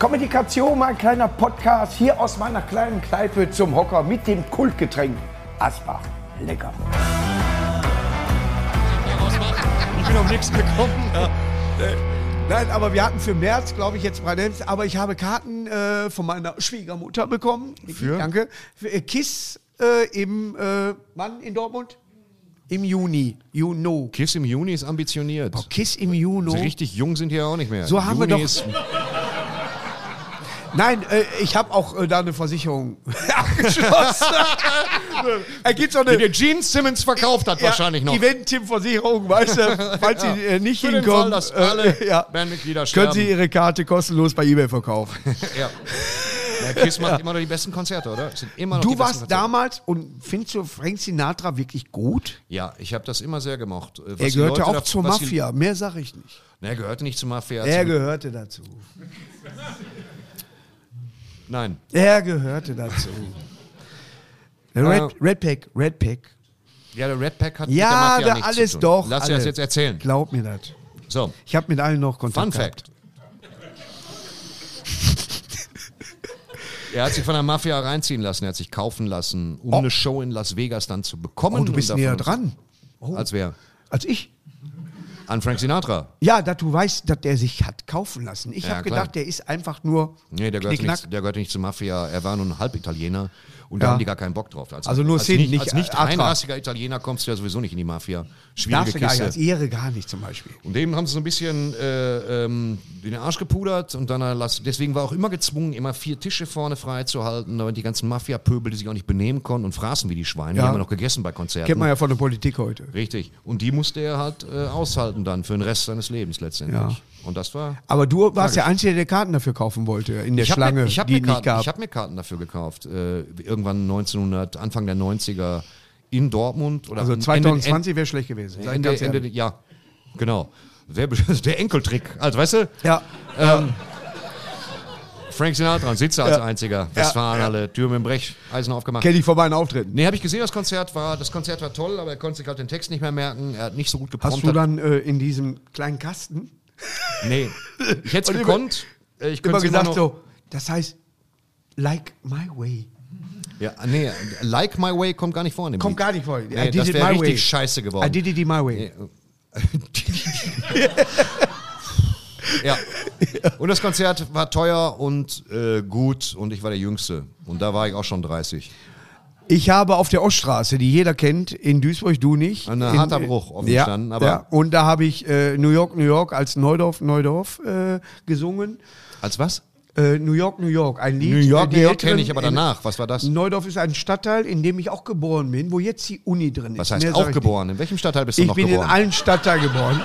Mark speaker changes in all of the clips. Speaker 1: Kommunikation, mein kleiner Podcast hier aus meiner kleinen Kneipe zum Hocker mit dem Kultgetränk Asbach. Lecker.
Speaker 2: Ich bin auf nichts gekommen. Ja.
Speaker 3: Äh, Nein, aber wir hatten für März, glaube ich, jetzt Preis. Aber ich habe Karten äh, von meiner Schwiegermutter bekommen. Vicky,
Speaker 2: Für?
Speaker 3: Danke. Für, äh, Kiss äh, im äh, Mann in Dortmund? Im Juni. You know.
Speaker 2: Kiss im Juni ist ambitioniert.
Speaker 3: Kiss im Juni.
Speaker 2: So richtig jung sind die ja auch nicht mehr.
Speaker 3: So haben wir
Speaker 2: Juni
Speaker 3: doch-
Speaker 2: Ist,
Speaker 3: Nein, äh, ich habe auch äh, da eine Versicherung abgeschlossen. da gibt's auch
Speaker 2: die
Speaker 3: eine
Speaker 2: der Gene Simmons verkauft hat wahrscheinlich noch.
Speaker 3: Event-Team-Versicherung, weißt du, falls Sie äh, nicht
Speaker 2: Für den
Speaker 3: hinkommen,
Speaker 2: Fall, dass alle
Speaker 3: äh, ja,
Speaker 2: Bandmitglieder
Speaker 3: können
Speaker 2: sterben.
Speaker 3: Sie Ihre Karte kostenlos bei eBay verkaufen.
Speaker 2: ja. ja, Kiss macht immer noch die besten Konzerte, oder? Es Sind immer noch die
Speaker 3: Du
Speaker 2: besten
Speaker 3: warst
Speaker 2: Konzerte.
Speaker 3: damals und findest du Frank Sinatra wirklich gut?
Speaker 2: Ja, ich habe das immer sehr gemocht. Äh, was
Speaker 3: er
Speaker 2: die
Speaker 3: gehörte
Speaker 2: Leute
Speaker 3: auch
Speaker 2: da-
Speaker 3: zur
Speaker 2: was die-
Speaker 3: Mafia, mehr sage ich nicht.
Speaker 2: Ne, er gehörte nicht zur Mafia.
Speaker 3: Er
Speaker 2: zum-
Speaker 3: gehörte dazu.
Speaker 2: Nein.
Speaker 3: Er gehörte dazu. Red, Red Pack, Red Pack.
Speaker 2: Ja, der Red Pack hat
Speaker 3: Ja,
Speaker 2: mit der Mafia
Speaker 3: da
Speaker 2: nichts
Speaker 3: alles
Speaker 2: zu tun.
Speaker 3: doch.
Speaker 2: Lass dir
Speaker 3: alle.
Speaker 2: das jetzt erzählen.
Speaker 3: Glaub mir das.
Speaker 2: So,
Speaker 3: Ich habe mit allen noch Kontakt.
Speaker 2: Fun
Speaker 3: gehabt.
Speaker 2: Fact. Er hat sich von der Mafia reinziehen lassen, er hat sich kaufen lassen, um eine Show in Las Vegas dann zu bekommen.
Speaker 3: Oh, du bist
Speaker 2: und
Speaker 3: näher
Speaker 2: davon-
Speaker 3: dran
Speaker 2: Als wer?
Speaker 3: als ich.
Speaker 2: An Frank Sinatra.
Speaker 3: Ja, dass du weißt, dass der sich hat kaufen lassen. Ich
Speaker 2: Ja,
Speaker 3: habe
Speaker 2: klar.
Speaker 3: gedacht, der ist einfach nur
Speaker 2: Nee, der gehörte,
Speaker 3: Knickknack.
Speaker 2: nicht, der gehörte nicht zur Mafia. Er war nur ein Halbitaliener und
Speaker 3: Ja.
Speaker 2: da haben die gar keinen Bock drauf. Als,
Speaker 3: Also nur
Speaker 2: als
Speaker 3: Szenen,
Speaker 2: nicht,
Speaker 3: nicht
Speaker 2: als nicht
Speaker 3: Atra.
Speaker 2: einrassiger Italiener kommst du ja sowieso nicht in die Mafia. Schwierige
Speaker 3: Darfst du gar nicht, als
Speaker 2: Kiste.
Speaker 3: Ehre gar nicht zum Beispiel.
Speaker 2: Und dem haben sie so ein bisschen äh, ähm, den Arsch gepudert und dann erlass- deswegen war auch immer gezwungen, immer vier Tische vorne frei zu halten, damit die ganzen Mafia-Pöbel, die sich auch nicht benehmen konnten und fraßen wie die Schweine,
Speaker 3: Ja.
Speaker 2: die haben ja noch gegessen bei Konzerten.
Speaker 3: Kennt man ja von der Politik heute.
Speaker 2: Richtig. Und die musste er halt äh, aushalten dann für den Rest seines Lebens letztendlich. Und das war.
Speaker 3: Aber du warst der Einzige, der Karten dafür kaufen wollte in der
Speaker 2: Ich habe
Speaker 3: Schlange,
Speaker 2: mir, ich hab
Speaker 3: die
Speaker 2: mir,
Speaker 3: es nicht
Speaker 2: Karten-
Speaker 3: gab.
Speaker 2: ich hab mir Karten dafür gekauft. Äh, irgendwann 1900, Anfang der 90er in Dortmund. Oder
Speaker 3: also
Speaker 2: Ende-
Speaker 3: 2020 wäre schlecht gewesen. Sag ich
Speaker 2: Ende,
Speaker 3: ganz
Speaker 2: Ende, Ende,
Speaker 3: ehrlich.
Speaker 2: ja, genau. Der, der Enkeltrick. Also, weißt du,
Speaker 3: ja,
Speaker 2: Ähm, Frank Sinatra sitzt da als einziger. Westfalen alle, Tür mit dem Brech, Eisen aufgemacht.
Speaker 3: kenne ich vor meinen Auftritten.
Speaker 2: Nee, habe ich gesehen, das Konzert war, das Konzert war toll, aber er konnte sich halt den Text nicht mehr merken. Er hat nicht so gut geprompt.
Speaker 3: Hast du dann äh, in diesem kleinen Kasten
Speaker 2: Nee. Ich hätte
Speaker 3: Und
Speaker 2: es
Speaker 3: immer-
Speaker 2: gekonnt. Äh, Ich
Speaker 3: immer
Speaker 2: könnte
Speaker 3: gesagt
Speaker 2: noch,
Speaker 3: so, das heißt, like my way.
Speaker 2: Ja, nee, Like My Way kommt gar nicht vor in dem
Speaker 3: Kommt
Speaker 2: Lied.
Speaker 3: gar nicht vor. I
Speaker 2: Nee,
Speaker 3: did
Speaker 2: das
Speaker 3: it
Speaker 2: wäre
Speaker 3: my
Speaker 2: richtig
Speaker 3: way.
Speaker 2: scheiße geworden.
Speaker 3: I did it my way.
Speaker 2: ja. Und das Konzert war teuer und äh, gut und ich war der Jüngste. Und da war ich auch schon 30.
Speaker 3: Ich habe auf der Oststraße, die jeder kennt, in Duisburg, du nicht.
Speaker 2: Ein
Speaker 3: in,
Speaker 2: harter Bruch offen
Speaker 3: ja,
Speaker 2: gestanden, aber-
Speaker 3: ja. Und da habe ich äh, New York, New York als Neudorf, Neudorf äh, gesungen.
Speaker 2: Als was?
Speaker 3: Äh, New York, New York, ein Lied.
Speaker 2: New
Speaker 3: äh,
Speaker 2: York,
Speaker 3: die
Speaker 2: New York
Speaker 3: Älteren
Speaker 2: kenne ich, aber
Speaker 3: in-
Speaker 2: danach. Was war das?
Speaker 3: Neudorf ist ein Stadtteil, in dem ich auch geboren bin, wo jetzt die Uni drin ist.
Speaker 2: Was heißt
Speaker 3: Mehr sag
Speaker 2: auch
Speaker 3: ich
Speaker 2: geboren? In welchem Stadtteil bist
Speaker 3: nicht.
Speaker 2: du
Speaker 3: Ich
Speaker 2: noch
Speaker 3: bin
Speaker 2: geboren?
Speaker 3: in allen Stadtteilen geboren.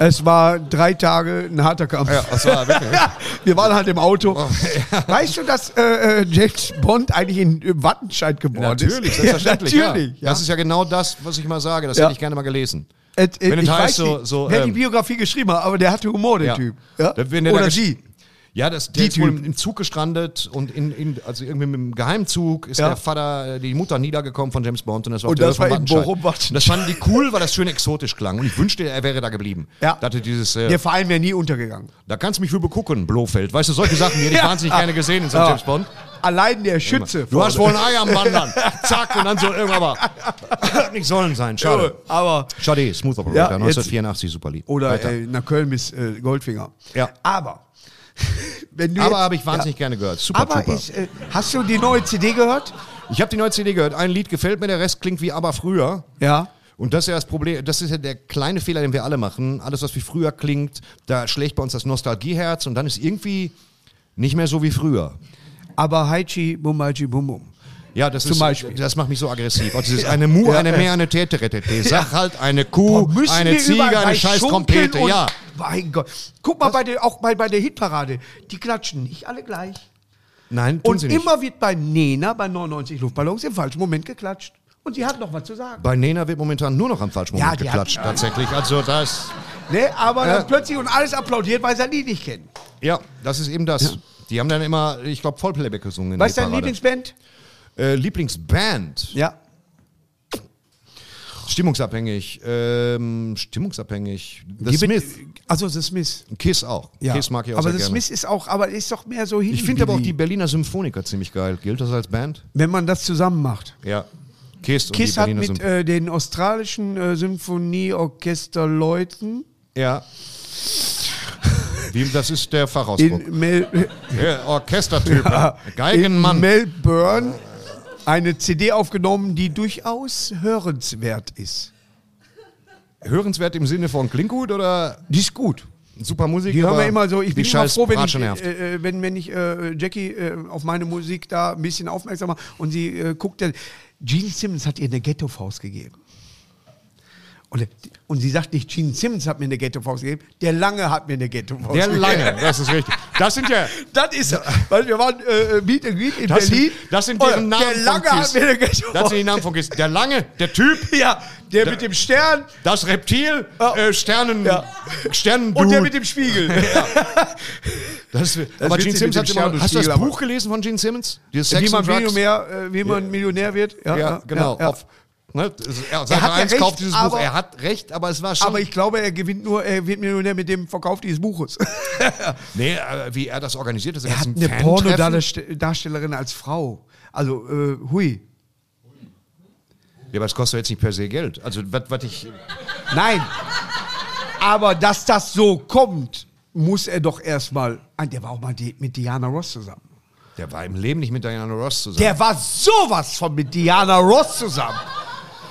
Speaker 3: Es war drei Tage ein harter Kampf.
Speaker 2: ja, das war wirklich. Oh.
Speaker 3: Wir waren halt im Auto. Weißt du, dass äh, äh, James Bond eigentlich in äh, Wattenscheid geboren
Speaker 2: Natürlich,
Speaker 3: ist?
Speaker 2: selbstverständlich.
Speaker 3: Ja, natürlich.
Speaker 2: Ja. Das ist ja genau das, was ich mal sage. Das
Speaker 3: Ja.
Speaker 2: hätte ich gerne mal gelesen.
Speaker 3: Äh, äh,
Speaker 2: Wenn es
Speaker 3: ich
Speaker 2: heißt,
Speaker 3: weiß
Speaker 2: so-
Speaker 3: nicht,
Speaker 2: so,
Speaker 3: wer die
Speaker 2: ähm,
Speaker 3: Biografie geschrieben hat, aber der hatte Humor, der
Speaker 2: Ja.
Speaker 3: Typ. Ja?
Speaker 2: Da- wenn der da
Speaker 3: Oder
Speaker 2: gesch-
Speaker 3: sie.
Speaker 2: Ja, das, der
Speaker 3: Die
Speaker 2: ist wohl
Speaker 3: Typen.
Speaker 2: im im Zug gestrandet und in, in, also irgendwie mit einem Geheimzug ist
Speaker 3: Ja.
Speaker 2: der Vater, äh, die Mutter niedergekommen von James Bond und das war, auf
Speaker 3: Und
Speaker 2: der
Speaker 3: das
Speaker 2: Höhe von
Speaker 3: war in
Speaker 2: Wattenscheid.
Speaker 3: Bochum-Wattenscheid.
Speaker 2: Und Das fanden die cool, weil das schön exotisch klang und ich wünschte, er wäre da geblieben.
Speaker 3: Ja.
Speaker 2: Da hatte dieses, äh,
Speaker 3: Der Verein wäre nie untergegangen.
Speaker 2: da kannst du mich über gucken, Blofeld. Weißt du, solche Sachen, die hätte ich
Speaker 3: Ja.
Speaker 2: wahnsinnig gerne gesehen in so einem
Speaker 3: Ja.
Speaker 2: James Bond.
Speaker 3: Allein der Schütze.
Speaker 2: Du hast wohl
Speaker 3: vorne.
Speaker 2: ein Ei am Wandern. Zack, und dann so irgendwann war. Hat nicht sollen sein, schade.
Speaker 3: Aber
Speaker 2: Schade, Smooth Operator,
Speaker 3: Ja, jetzt-
Speaker 2: 1984, super Lied.
Speaker 3: Oder
Speaker 2: Weiter.
Speaker 3: äh, nach Köln bis äh, Goldfinger.
Speaker 2: Ja.
Speaker 3: Aber. Wenn du
Speaker 2: aber
Speaker 3: jetzt-
Speaker 2: habe ich wahnsinnig gerne gehört. Super
Speaker 3: aber
Speaker 2: Trooper.
Speaker 3: ist, äh, hast du die neue CD gehört?
Speaker 2: ich habe die neue CD gehört. Ein Lied gefällt mir, der Rest klingt wie aber früher.
Speaker 3: Ja.
Speaker 2: Und das ist ja das Problem, das ist ja der kleine Fehler, den wir alle machen. Alles, was wie früher klingt, da schlägt bei uns das Nostalgieherz und dann ist irgendwie nicht mehr so wie früher.
Speaker 3: Aber Haichi Bumbaiji Bum Bum.
Speaker 2: Ja, das ist,
Speaker 3: Beispiel.
Speaker 2: das macht mich so aggressiv. Also, dieses eine Mu, eine Meer, eine Tete, Tete. Sag halt eine Kuh,
Speaker 3: Boah, müssen
Speaker 2: eine
Speaker 3: wir
Speaker 2: Ziege,
Speaker 3: überall
Speaker 2: eine scheiß
Speaker 3: schunkeln
Speaker 2: Trompete.
Speaker 3: und-
Speaker 2: Ja.
Speaker 3: Mein Gott. Guck mal, bei der, auch bei, bei der Hitparade. Die klatschen nicht alle gleich.
Speaker 2: Nein, tun
Speaker 3: und
Speaker 2: sie nicht.
Speaker 3: immer wird bei Nena bei 99 Luftballons im falschen Moment geklatscht. Und sie hat noch was zu sagen.
Speaker 2: bei Nena wird momentan nur noch am falschen
Speaker 3: Ja,
Speaker 2: Moment
Speaker 3: die hat-
Speaker 2: geklatscht, tatsächlich. Also das,
Speaker 3: Ne? Aber
Speaker 2: Ja.
Speaker 3: dann plötzlich und alles applaudiert, weil sie ein Lied nicht kennen.
Speaker 2: ja, das ist eben das. Die haben dann immer, ich glaube, Vollplayback gesungen. in
Speaker 3: Was ist
Speaker 2: der Äh,
Speaker 3: deine
Speaker 2: Parade.
Speaker 3: Lieblingsband?
Speaker 2: Äh, Lieblingsband?
Speaker 3: Ja.
Speaker 2: Stimmungsabhängig. Ähm, stimmungsabhängig. The
Speaker 3: Gib it-
Speaker 2: Smith.
Speaker 3: Also The Smith.
Speaker 2: Kiss auch. Kiss mag ich auch
Speaker 3: aber
Speaker 2: sehr
Speaker 3: The
Speaker 2: gerne.
Speaker 3: Smith ist auch, aber ist doch mehr so hin.
Speaker 2: ich finde aber auch die Berliner Symphoniker ziemlich geil. Gilt das als Band?
Speaker 3: Wenn man das zusammen macht.
Speaker 2: Ja. Kiss, und
Speaker 3: Kiss
Speaker 2: die
Speaker 3: hat
Speaker 2: Berliner
Speaker 3: mit
Speaker 2: Symphoniker.
Speaker 3: äh, den australischen äh, Symphonieorchesterleuten
Speaker 2: ja. Wie, das ist der Fachausdruck.
Speaker 3: in Mel
Speaker 2: Ja, Orchestertyp. Geigenmann.
Speaker 3: in Melbourne eine CD aufgenommen, die durchaus hörenswert ist.
Speaker 2: Hörenswert im Sinne von klingt gut oder
Speaker 3: Die ist gut.
Speaker 2: super Musik?
Speaker 3: Die hören
Speaker 2: aber
Speaker 3: wir immer so. Ich
Speaker 2: die
Speaker 3: bin immer
Speaker 2: scheiß
Speaker 3: froh, wenn ich,
Speaker 2: Bratsche nervt.
Speaker 3: äh, äh, wenn, wenn ich äh, Jackie äh, auf meine Musik da ein bisschen aufmerksam mache und sie äh, guckt. Dann, Gene Simmons hat ihr eine Ghetto-Faust gegeben. Und, und sie sagt nicht, Gene Simmons hat mir eine Ghetto-Faust gegeben, der Lange hat mir eine Ghetto-Faust
Speaker 2: Der
Speaker 3: gegeben.
Speaker 2: Lange, das ist richtig. Das sind ja,
Speaker 3: Das ist, weil wir waren äh, äh, Meet and Greet in
Speaker 2: Das sind-
Speaker 3: Berlin.
Speaker 2: das sind
Speaker 3: Und
Speaker 2: deren Namen
Speaker 3: Der Lange
Speaker 2: von
Speaker 3: hat
Speaker 2: Kiss.
Speaker 3: mir eine Ghetto-Faust
Speaker 2: das sind die Namen von Kiss. Der Lange, der Typ,
Speaker 3: Ja, der mit dem Stern
Speaker 2: das Reptil,
Speaker 3: Ja.
Speaker 2: äh, Sternen,
Speaker 3: Ja.
Speaker 2: Sternen
Speaker 3: und der mit dem Spiegel.
Speaker 2: das,
Speaker 3: witzig
Speaker 2: aber Gene
Speaker 3: mit
Speaker 2: Simmons
Speaker 3: dem
Speaker 2: hat immer,
Speaker 3: Stern und
Speaker 2: hast du das
Speaker 3: Spiegel, aber-
Speaker 2: Buch gelesen von Gene Simmons? Dieses
Speaker 3: wie
Speaker 2: Sex
Speaker 3: man
Speaker 2: and Drugs?
Speaker 3: Millionär, äh, wie man Millionär wird.
Speaker 2: Ja, genau.
Speaker 3: ja.
Speaker 2: Auf, ne, das ist- er, Seite
Speaker 3: hat ja
Speaker 2: 1
Speaker 3: recht,
Speaker 2: kauft dieses Buch.
Speaker 3: aber-
Speaker 2: Er hat recht, aber es war schon.
Speaker 3: Aber ich glaube, er gewinnt nur, er wird Millionär mit dem Verkauf dieses Buches.
Speaker 2: nee, äh, wie er das organisiert, das
Speaker 3: Er hat
Speaker 2: ganzen
Speaker 3: eine
Speaker 2: Fan-Treffen.
Speaker 3: Pornodarstellerin als Frau. Also, äh, hui.
Speaker 2: Ja, aber es kostet jetzt nicht per se Geld. Also, was was ich.
Speaker 3: Nein. Aber dass das so kommt, muss er doch erstmal. Ah, Der war auch mal di mit Diana Ross zusammen.
Speaker 2: Der war im Leben nicht mit Diana Ross zusammen.
Speaker 3: Der war sowas von mit Diana Ross zusammen.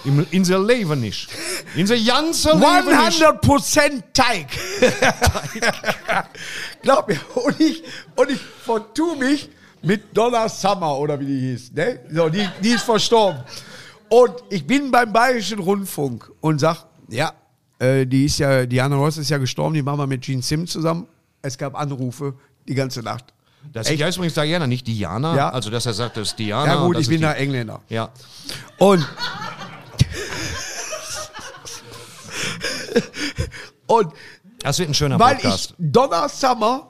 Speaker 2: Im, in der Leben nicht. In der ganzen Leben nicht.
Speaker 3: 100% Teig. Glaub mir. Und ich, und ich vertue mich mit Donna Summer oder wie die hieß. Ne? So, die, die ist verstorben. Und ich bin beim Bayerischen Rundfunk und sag, ja, äh, die ist ja, Diana Ross ist ja gestorben, die machen wir mit Gene Simmons zusammen. Es gab Anrufe die ganze Nacht.
Speaker 2: Das ist ja übrigens Diana, nicht Diana.
Speaker 3: Ja.
Speaker 2: Also, dass er sagt, das ist Diana.
Speaker 3: ja gut,
Speaker 2: das
Speaker 3: ich
Speaker 2: ist
Speaker 3: bin
Speaker 2: die-
Speaker 3: ja Engländer.
Speaker 2: Ja.
Speaker 3: Und. und
Speaker 2: Das wird ein schöner
Speaker 3: weil
Speaker 2: Podcast.
Speaker 3: ich Donna Summer,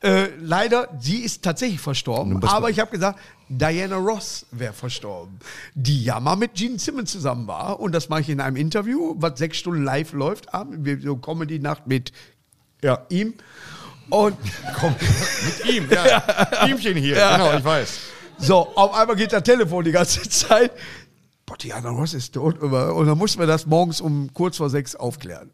Speaker 3: äh, leider, sie ist tatsächlich verstorben,
Speaker 2: bist-
Speaker 3: aber ich habe gesagt, Diana Ross wäre verstorben, die ja mal mit Gene Simmons zusammen war. Und das mache ich in einem Interview, was sechs Stunden live läuft, abends, wir- so Comedy-Nacht mit
Speaker 2: Ja.
Speaker 3: ihm. Und
Speaker 2: Mit ihm, ja. Ihmchen hier, genau, ich weiß.
Speaker 3: So, auf einmal geht das Telefon die ganze Zeit. Boah, Diana Ross ist tot. Und dann mussten wir das morgens um kurz vor sechs aufklären.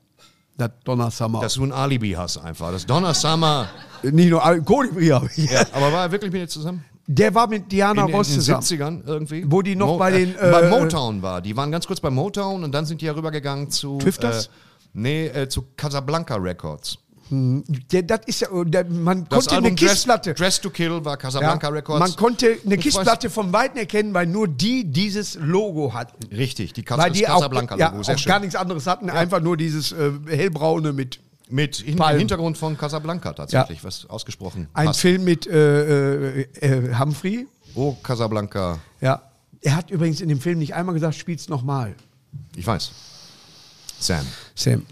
Speaker 3: Das Donnersummer.
Speaker 2: Dass du ein Alibi hast einfach. Das Donna Summer.
Speaker 3: Nicht nur also, Al- Kolibri habe ich.
Speaker 2: Aber war er wirklich mit ihr zusammen?
Speaker 3: Der Genau, war mit Diana
Speaker 2: In, den- in
Speaker 3: Ross
Speaker 2: den
Speaker 3: zusammen.
Speaker 2: 70ern irgendwie?
Speaker 3: Wo die noch bei den,
Speaker 2: Äh, bei
Speaker 3: äh,
Speaker 2: Motown war. Die waren ganz kurz bei Motown und dann sind die ja rübergegangen zu.
Speaker 3: Tüfters?
Speaker 2: Äh, nee, äh, zu Casablanca Records.
Speaker 3: Der, das ist ja, der, man
Speaker 2: Das
Speaker 3: konnte eine
Speaker 2: Album Dress,
Speaker 3: Kissplatte.
Speaker 2: Dress to Kill war
Speaker 3: ja,
Speaker 2: Casablanca Records.
Speaker 3: man konnte eine
Speaker 2: Ich
Speaker 3: Kissplatte von Weitem erkennen, weil nur die dieses Logo hatten.
Speaker 2: Richtig, die Kas
Speaker 3: Weil die auch,
Speaker 2: Casablanca
Speaker 3: ja,
Speaker 2: Logo, sehr
Speaker 3: auch
Speaker 2: schön.
Speaker 3: gar nichts anderes hatten, einfach nur dieses äh, hellbraune mit
Speaker 2: Mit hin
Speaker 3: Palmen.
Speaker 2: Hintergrund von Casablanca tatsächlich, was ausgesprochen
Speaker 3: Ein
Speaker 2: passt.
Speaker 3: Film mit äh, äh, äh, Humphrey.
Speaker 2: Oh, Casablanca.
Speaker 3: Ja. Er hat übrigens in dem Film nicht einmal gesagt, spiel's nochmal,
Speaker 2: Ich weiß. Sam.
Speaker 3: Sam.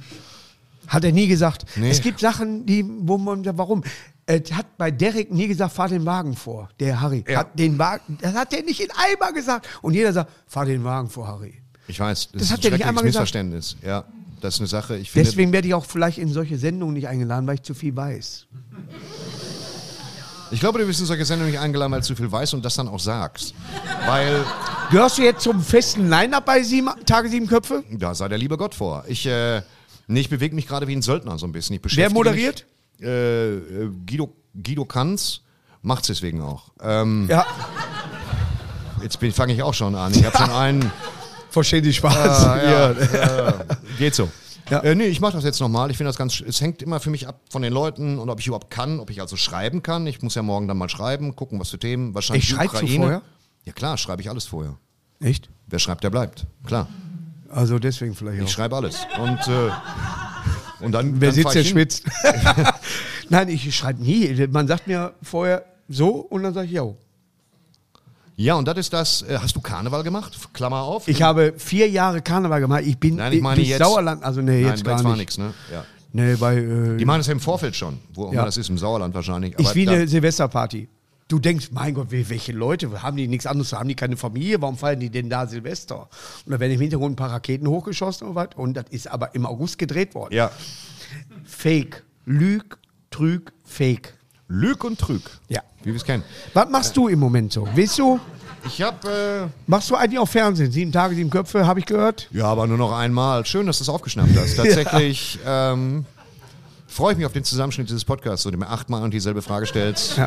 Speaker 3: Hat er nie gesagt.
Speaker 2: Nee.
Speaker 3: Es gibt Sachen, die, wo man, warum? Er hat bei Derek nie gesagt, fahr den Wagen vor, der Harry.
Speaker 2: Ja.
Speaker 3: Hat den Wagen, das hat er nicht in einmal gesagt. Und jeder sagt, fahr den Wagen vor, Harry.
Speaker 2: Ich weiß, das,
Speaker 3: Das
Speaker 2: ist
Speaker 3: hat
Speaker 2: ein
Speaker 3: der nicht
Speaker 2: schreckliches
Speaker 3: einmal gesagt.
Speaker 2: Missverständnis. Ja, das ist eine Sache, ich finde,
Speaker 3: Deswegen werde ich auch vielleicht in solche Sendungen nicht eingeladen, weil ich zu viel weiß.
Speaker 2: ich glaube, du bist in solche Sendung nicht eingeladen, weil du zu viel weißt und das dann auch sagst. Weil,
Speaker 3: Gehörst du jetzt zum festen Line-Up bei sieben, Tage Sieben Köpfe?
Speaker 2: da sei der liebe Gott vor. Ich, äh, nee, ich bewege mich gerade wie ein Söldner so ein bisschen. Ich beschäftige
Speaker 3: moderiert?
Speaker 2: Mich, äh, äh, Guido, Guido Kanz macht's deswegen auch. Ähm,
Speaker 3: Ja,
Speaker 2: jetzt fange ich auch schon an. Ich habe schon einen...
Speaker 3: verstehe die Spaß.
Speaker 2: ja, äh, geht so.
Speaker 3: Ja.
Speaker 2: Äh, nee, ich mache das jetzt nochmal. Ich finde das ganz. sch- Es hängt immer für mich ab von den Leuten und ob ich überhaupt kann, ob ich also schreiben kann. Ich muss ja morgen dann mal schreiben, gucken, was für Themen. Wahrscheinlich
Speaker 3: Ey, schreibst du vorher?
Speaker 2: Ja klar, schreibe ich alles vorher.
Speaker 3: Äh, Echt?
Speaker 2: Wer schreibt, der bleibt. Klar,
Speaker 3: Also deswegen vielleicht auch.
Speaker 2: ich schreibe alles. Und, äh, und dann.
Speaker 3: Wer
Speaker 2: dann
Speaker 3: sitzt,
Speaker 2: fahr ich
Speaker 3: der
Speaker 2: hin.
Speaker 3: schwitzt. Nein, ich schreibe nie. Man sagt mir vorher so und dann sage ich ja.
Speaker 2: Ja, und das ist das. Äh, hast du Karneval gemacht? Klammer auf.
Speaker 3: Ich habe vier Jahre Karneval gemacht. Ich bin
Speaker 2: Nein, ich meine
Speaker 3: bis
Speaker 2: jetzt-
Speaker 3: Sauerland. Also nee,
Speaker 2: Nein,
Speaker 3: jetzt gar
Speaker 2: war
Speaker 3: nicht.
Speaker 2: nichts, ne? Ja.
Speaker 3: Nee, bei, äh,
Speaker 2: Die machen das ja im Vorfeld schon, wo auch
Speaker 3: Ja.
Speaker 2: immer das ist, im Sauerland wahrscheinlich.
Speaker 3: ich wie
Speaker 2: da-
Speaker 3: eine Silvesterparty. Du denkst, mein Gott, wel- welche Leute, haben die nichts anderes, haben die keine Familie, warum feiern die denn da Silvester? Und da werden im Hintergrund ein paar Raketen hochgeschossen und was. Und das ist aber im August gedreht worden.
Speaker 2: Ja.
Speaker 3: Fake. Lüg, Trüg, Fake.
Speaker 2: Lüg und Trüg.
Speaker 3: Ja.
Speaker 2: Wie wir es kennen.
Speaker 3: Was machst du im Moment so? Willst du,
Speaker 2: Ich äh, habe.
Speaker 3: machst du eigentlich auch Fernsehen? Sieben Tage, sieben Köpfe, habe ich gehört.
Speaker 2: Äh, ja, aber nur noch einmal. Schön, dass du es aufgeschnappt hast. Tatsächlich ähm, freue ich mich auf den Zusammenschnitt dieses Podcasts, wo du mir achtmal und dieselbe Frage stellst.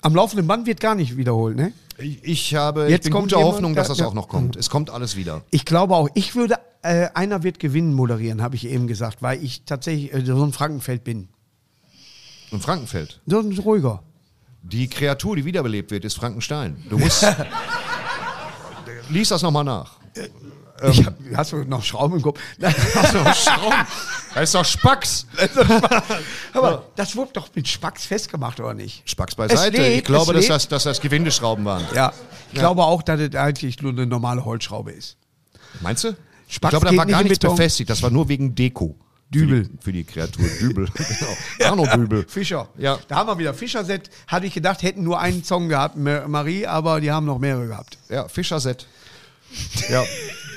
Speaker 3: Am laufenden Band wird gar nicht wiederholt, ne?
Speaker 2: Ich, ich habe
Speaker 3: Jetzt
Speaker 2: ich bin
Speaker 3: kommt
Speaker 2: guter
Speaker 3: jemand,
Speaker 2: Hoffnung, dass
Speaker 3: ja,
Speaker 2: das
Speaker 3: ja. Hm.
Speaker 2: auch noch kommt. Es kommt alles wieder.
Speaker 3: Ich glaube auch, ich würde, äh, einer wird gewinnen moderieren, habe ich eben gesagt, weil ich tatsächlich äh, so ein Frankenfeld bin.
Speaker 2: Und Frankenfeld.
Speaker 3: So ein ruhiger.
Speaker 2: Die Kreatur, die wiederbelebt wird, ist Frankenstein. Du musst. Lies das nochmal nach.
Speaker 3: Ich hab, hast du noch Schrauben im Kopf? Nein, hast du noch Schrauben?
Speaker 2: Da ist doch Spacks.
Speaker 3: Aber das wurde doch mit Spax festgemacht, oder nicht?
Speaker 2: Spacks beiseite.
Speaker 3: Es lädt,
Speaker 2: ich glaube,
Speaker 3: es
Speaker 2: dass
Speaker 3: lädt.
Speaker 2: das, dass das Gewindeschrauben waren.
Speaker 3: Ja. Ich glaube auch, dass es eigentlich nur eine normale Holzschraube ist.
Speaker 2: Meinst du?
Speaker 3: Spacks
Speaker 2: ich glaube, da
Speaker 3: geht
Speaker 2: war gar
Speaker 3: nicht in
Speaker 2: nichts
Speaker 3: Beton.
Speaker 2: befestigt. Das war nur wegen Deko.
Speaker 3: Dübel.
Speaker 2: Für die, für die Kreatur. Dübel. genau. Arno Dübel.
Speaker 3: Fischer.
Speaker 2: Ja.
Speaker 3: Da haben wir wieder Fischer-Set. Hatte ich gedacht, hätten nur einen Song gehabt, Ma- Marie, aber die haben noch mehrere gehabt.
Speaker 2: Ja, Fischerset. Ja.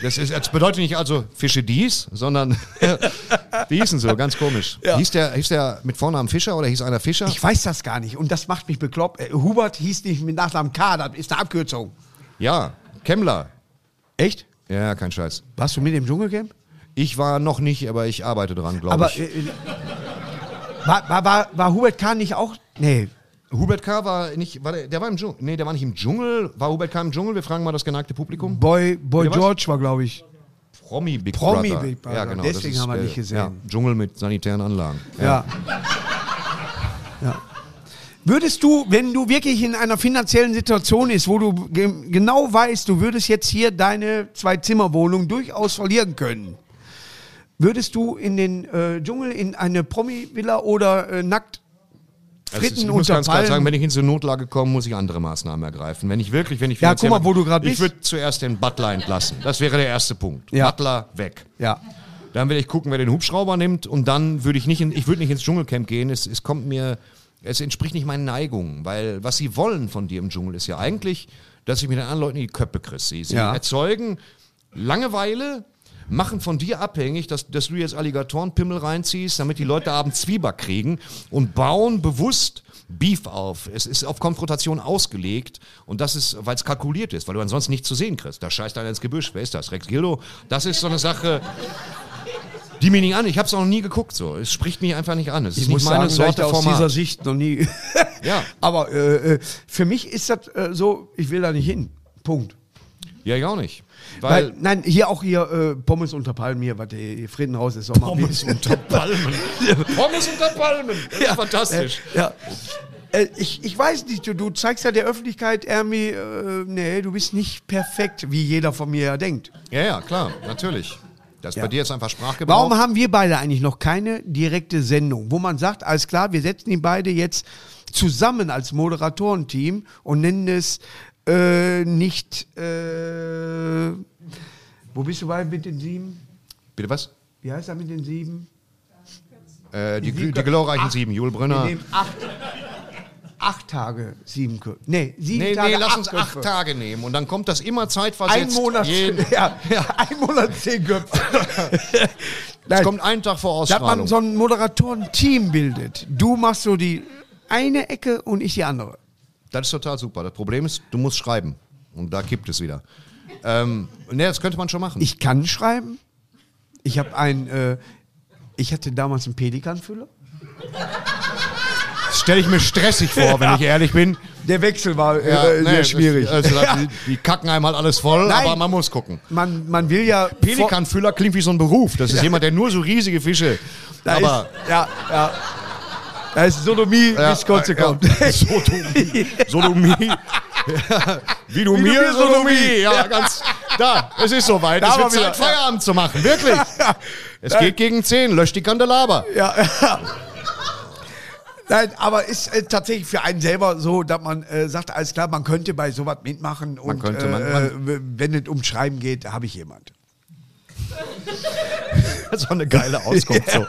Speaker 2: Das, ist, das bedeutet nicht also Fische dies, sondern die hießen so, ganz komisch. Hieß, der, hieß der mit Vornamen Fischer oder hieß einer Fischer?
Speaker 3: Ich weiß das gar nicht und das macht mich bekloppt. Äh, Hubert hieß nicht mit Nachnamen K, das ist eine Abkürzung.
Speaker 2: ja, Kemmler.
Speaker 3: Echt?
Speaker 2: Ja, kein Scheiß.
Speaker 3: Warst du mit im Dschungelcamp?
Speaker 2: Ich war noch nicht, aber ich arbeite dran, glaube
Speaker 3: Aber
Speaker 2: ich.
Speaker 3: äh, äh, war, war, war, war Hubert K. nicht auch? Nee.
Speaker 2: Hubert K. war nicht, war der, der war im Dschungel. Nee, der war nicht im Dschungel. War Hubert K. im Dschungel? Wir fragen mal das genagte Publikum.
Speaker 3: Boy, Boy
Speaker 2: Bitte was?
Speaker 3: George war, glaube ich.
Speaker 2: Promi Big
Speaker 3: Promi
Speaker 2: Brother.
Speaker 3: Big Brother.
Speaker 2: Ja, genau.
Speaker 3: Deswegen haben wir
Speaker 2: äh,
Speaker 3: nicht gesehen.
Speaker 2: Ja, Dschungel mit sanitären Anlagen.
Speaker 3: Ja. ja. Würdest du, wenn du wirklich in einer finanziellen Situation ist, wo du ge genau weißt, du würdest jetzt hier deine Zwei-Zimmer-Wohnung durchaus verlieren können, würdest du in den äh, Dschungel, in eine Promi-Villa oder äh, nackt
Speaker 2: Also ich
Speaker 3: fritten
Speaker 2: muss
Speaker 3: unter
Speaker 2: ganz klar
Speaker 3: Palmen?
Speaker 2: sagen, wenn ich in so eine Notlage komme, muss ich andere Maßnahmen ergreifen. Wenn ich wirklich, wenn ich
Speaker 3: Ja,
Speaker 2: finanziell-
Speaker 3: guck mal, wo du gerade
Speaker 2: Ich
Speaker 3: bist.
Speaker 2: würde zuerst den Butler entlassen. Das wäre der erste Punkt.
Speaker 3: Ja.
Speaker 2: Butler weg.
Speaker 3: ja.
Speaker 2: Dann will ich gucken, wer den Hubschrauber nimmt und dann würde ich nicht, in, ich würde nicht ins Dschungelcamp gehen. Es, es kommt mir, es entspricht nicht meinen Neigungen, weil was sie wollen von dir im Dschungel ist ja eigentlich, dass ich mit den anderen Leuten in die Köpfe kriege. Sie, sie
Speaker 3: Ja.
Speaker 2: erzeugen Langeweile, machen von dir abhängig, dass, dass du jetzt Alligatorenpimmel reinziehst, damit die Leute abends Zwieback kriegen und bauen bewusst Beef auf. Es ist auf Konfrontation ausgelegt und das ist, weil es kalkuliert ist, weil du ansonsten nichts zu sehen kriegst. Da scheißt einer ins Gebüsch. Wer ist das? Rex Gildo? Das ist so eine Sache, die mich nicht an. Ich habe es noch nie geguckt. So, es spricht mich einfach nicht an. Es ist nicht meine Sorte
Speaker 3: aus dieser
Speaker 2: Format.
Speaker 3: Sicht noch nie.
Speaker 2: Ja.
Speaker 3: Aber äh, äh, für mich ist das äh, so, ich will da nicht hin. Punkt.
Speaker 2: Ja, ich auch nicht.
Speaker 3: Weil,
Speaker 2: Weil,
Speaker 3: nein, hier auch hier äh, Pommes unter Palmen hier, was der Friedenhaus ist. Sommer.
Speaker 2: unter Palmen. Pommes unter Palmen. Das ist fantastisch.
Speaker 3: Ja. Äh, ich, ich weiß nicht, du, du zeigst ja der Öffentlichkeit, Ermi, äh, nee, du bist nicht perfekt, wie jeder von mir ja denkt.
Speaker 2: Ja, ja, klar, natürlich. Das ist bei dir jetzt einfach Sprachgebrauch.
Speaker 3: Warum haben wir beide eigentlich noch keine direkte Sendung, wo man sagt, alles klar, wir setzen die beide jetzt zusammen als Moderatorenteam und nennen es äh, nicht, äh, wo bist du bei mit den sieben?
Speaker 2: Bitte was?
Speaker 3: Wie heißt er mit den sieben?
Speaker 2: Äh, die,
Speaker 3: Sieben-
Speaker 2: die, die glorreichen sieben, Jule
Speaker 3: Wir
Speaker 2: Brünner.
Speaker 3: nehmen acht, acht Tage, sieben Köpfe. Nee, sieben
Speaker 2: Nee,
Speaker 3: Tage,
Speaker 2: nee, lass
Speaker 3: acht
Speaker 2: uns
Speaker 3: Köpfe.
Speaker 2: acht Tage nehmen und dann kommt das immer zeitversetzt.
Speaker 3: Ein Monat,
Speaker 2: Jeden,
Speaker 3: ja, ja, ein Monat zehn Köpfe.
Speaker 2: es
Speaker 3: Nein,
Speaker 2: kommt ein Tag vor
Speaker 3: dass man
Speaker 2: Ausstrahlung.
Speaker 3: so ein Moderatoren-Team bildet. Du machst so die eine Ecke und ich die andere.
Speaker 2: das ist total super. Das Problem ist, du musst schreiben. Und da kippt es wieder. Ähm, nee, das könnte man schon machen.
Speaker 3: Ich kann schreiben. Ich habe ein, äh, ich hatte damals einen Pelikanfüller.
Speaker 2: stelle ich mir stressig vor, wenn ich ehrlich bin.
Speaker 3: Der Wechsel war äh,
Speaker 2: Ja,
Speaker 3: sehr
Speaker 2: nee, das-
Speaker 3: schwierig.
Speaker 2: also,
Speaker 3: ja.
Speaker 2: die, die kacken einem halt alles voll,
Speaker 3: Nein.
Speaker 2: aber man muss gucken.
Speaker 3: man, man will ja
Speaker 2: Pelikanfüller klingt wie so ein Beruf. Das ist jemand, der nur so riesige Fische.
Speaker 3: Da
Speaker 2: aber
Speaker 3: ist, ja, ja. Da ist Sodomie
Speaker 2: Ja,
Speaker 3: bis Kotze
Speaker 2: ja,
Speaker 3: kommt.
Speaker 2: ja. Sodomie. Sodomie. Ja, Wie du mir,
Speaker 3: mir,
Speaker 2: Sodomie.
Speaker 3: Sodomie.
Speaker 2: Ja, ganz. Da, es ist soweit.
Speaker 3: Da
Speaker 2: es
Speaker 3: haben
Speaker 2: wird
Speaker 3: wir
Speaker 2: Zeit,
Speaker 3: wieder.
Speaker 2: Feierabend zu machen. Wirklich. Es geht gegen 10. Lösch die Kandelaber.
Speaker 3: Nein, aber ist äh, tatsächlich für einen selber so, dass man äh, sagt, alles klar, man könnte bei sowas mitmachen und
Speaker 2: könnte, man-
Speaker 3: äh, w- wenn es um Schreiben geht, habe ich jemand.
Speaker 2: So eine geile Auskunft. So.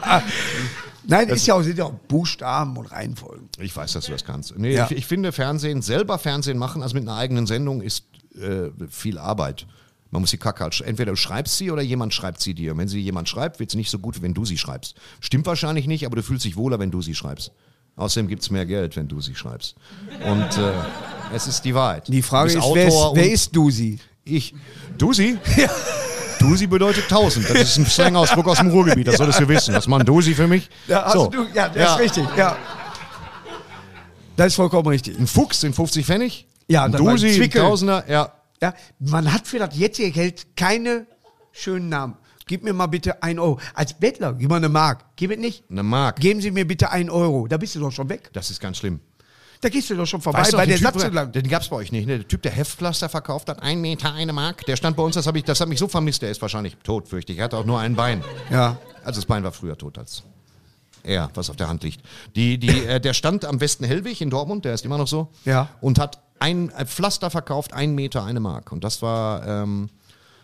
Speaker 3: Nein, ist ja auch, sind ja auch Buchstaben und Reihenfolgen.
Speaker 2: Ich weiß, dass du das kannst. Nee,
Speaker 3: Ja.
Speaker 2: ich, ich finde Fernsehen, selber Fernsehen machen, also mit einer eigenen Sendung, ist äh, viel Arbeit. Man muss die Kacke halt, sch- entweder du schreibst sie oder jemand schreibt sie dir. Und wenn sie jemand schreibt, wird es nicht so gut, wenn du sie schreibst. Stimmt wahrscheinlich nicht, aber du fühlst dich wohler, wenn du sie schreibst. Außerdem gibt es mehr Geld, wenn du sie schreibst. Und äh, es ist die Wahrheit.
Speaker 3: Die Frage
Speaker 2: du
Speaker 3: ist,
Speaker 2: bist
Speaker 3: wer ist,
Speaker 2: Autor
Speaker 3: wer
Speaker 2: und
Speaker 3: ist Dusi?
Speaker 2: ich. Dusi? Ja. Dusi bedeutet 1000. Das ist ein Slang-Ausdruck aus dem Ruhrgebiet, das solltest du wissen. Das war ein Dusi für mich.
Speaker 3: Ja, also
Speaker 2: So.
Speaker 3: du, ja das
Speaker 2: Ja.
Speaker 3: ist richtig. Ja. Das ist vollkommen richtig.
Speaker 2: Ein Fuchs sind 50 Pfennig.
Speaker 3: Ja,
Speaker 2: ein
Speaker 3: dann war ein
Speaker 2: Dusi, ein
Speaker 3: Zwickel.
Speaker 2: Tausender. Ja,
Speaker 3: Ja, man hat für das jetzige Geld keine schönen Namen. Gib mir mal bitte ein Euro. Als Bettler, gib mal eine Mark. Gib es nicht.
Speaker 2: eine Mark.
Speaker 3: Geben Sie mir bitte einen Euro. Da bist du doch schon weg.
Speaker 2: Das ist ganz schlimm.
Speaker 3: Da gehst du doch schon vorbei
Speaker 2: Weißt du noch,
Speaker 3: bei der
Speaker 2: den Typ,
Speaker 3: Satzung lang.
Speaker 2: Den gab's bei euch nicht. Ne? Der Typ, der Heftpflaster verkauft hat, ein Meter, eine Mark. Der stand bei uns, das, hab ich, das hat mich so vermisst. Der ist wahrscheinlich tot, fürchte ich. Er hatte auch nur ein Bein.
Speaker 3: Ja.
Speaker 2: Also das Bein war früher tot als er, was auf der Hand liegt. Die, die, äh, der stand am Westen Hellwig in Dortmund, der ist immer noch so.
Speaker 3: Ja.
Speaker 2: Und hat ein äh, Pflaster verkauft, ein Meter, eine Mark. Und das war, ähm,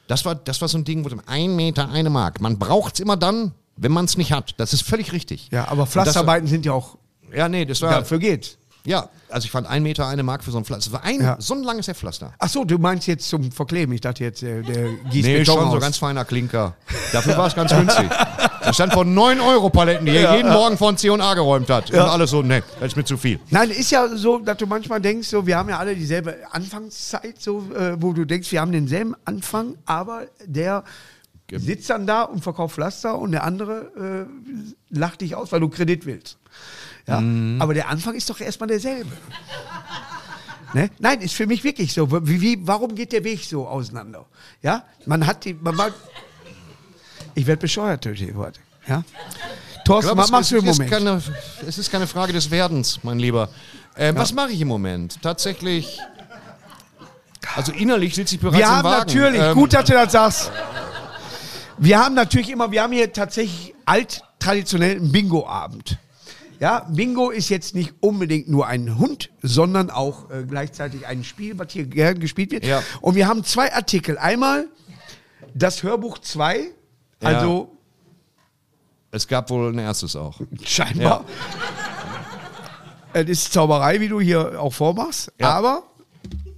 Speaker 2: das war, das war so ein Ding, wo ein Meter, eine Mark. Man braucht's immer dann, wenn man's nicht hat. Das ist völlig richtig.
Speaker 3: Ja, aber
Speaker 2: Und das-
Speaker 3: Pflasterarbeiten sind ja auch.
Speaker 2: Ja, nee, das war.
Speaker 3: Dafür geht's.
Speaker 2: Ja, also ich fand ein Meter eine Mark für so ein Pflaster. Das war ein,
Speaker 3: Ja.
Speaker 2: so ein langes Heftpflaster.
Speaker 3: Ach so, du meinst jetzt zum Verkleben. Ich dachte jetzt, äh, der gießt
Speaker 2: Nee,
Speaker 3: Beton
Speaker 2: schon so
Speaker 3: aus.
Speaker 2: ganz feiner Klinker. Dafür war es ganz günstig. Da stand von 9 Euro Paletten, die er jeden Morgen von C&A geräumt hat. Und alles so, nee, das ist mir zu viel.
Speaker 3: Nein, ist ja so, dass du manchmal denkst, so, wir haben ja alle dieselbe Anfangszeit, so, äh, wo du denkst, wir haben denselben Anfang, aber der sitzt dann da und verkauft Pflaster und der andere äh, lacht dich aus, weil du Kredit willst. Ja? Aber der Anfang ist doch erstmal derselbe. Ne? Nein, ist für mich wirklich so. Wie, wie, warum geht der Weg so auseinander? Ja, man hat die. Man war, ich werde bescheuert durch die Worte. Ja? Thorsten, was machst du im
Speaker 2: es, ist
Speaker 3: Moment?
Speaker 2: keine, es ist keine Frage des Werdens, mein Lieber. Ähm, Was mache ich im Moment? Tatsächlich, also innerlich sitze ich bereits
Speaker 3: Wir
Speaker 2: im
Speaker 3: haben
Speaker 2: Wagen.
Speaker 3: natürlich,
Speaker 2: Ähm,
Speaker 3: gut, dass du das sagst. Wir haben natürlich immer, wir haben hier tatsächlich alt traditionell einen Bingo-Abend. Ja, Bingo ist jetzt nicht unbedingt nur ein Hund, sondern auch äh, gleichzeitig ein Spiel, was hier gern gespielt wird.
Speaker 2: Ja.
Speaker 3: Und wir haben zwei Artikel. Einmal das Hörbuch 2,
Speaker 2: Ja.
Speaker 3: also
Speaker 2: Es gab wohl ein erstes auch.
Speaker 3: scheinbar. Es ist Zauberei, wie du hier auch vormachst,
Speaker 2: Ja.
Speaker 3: aber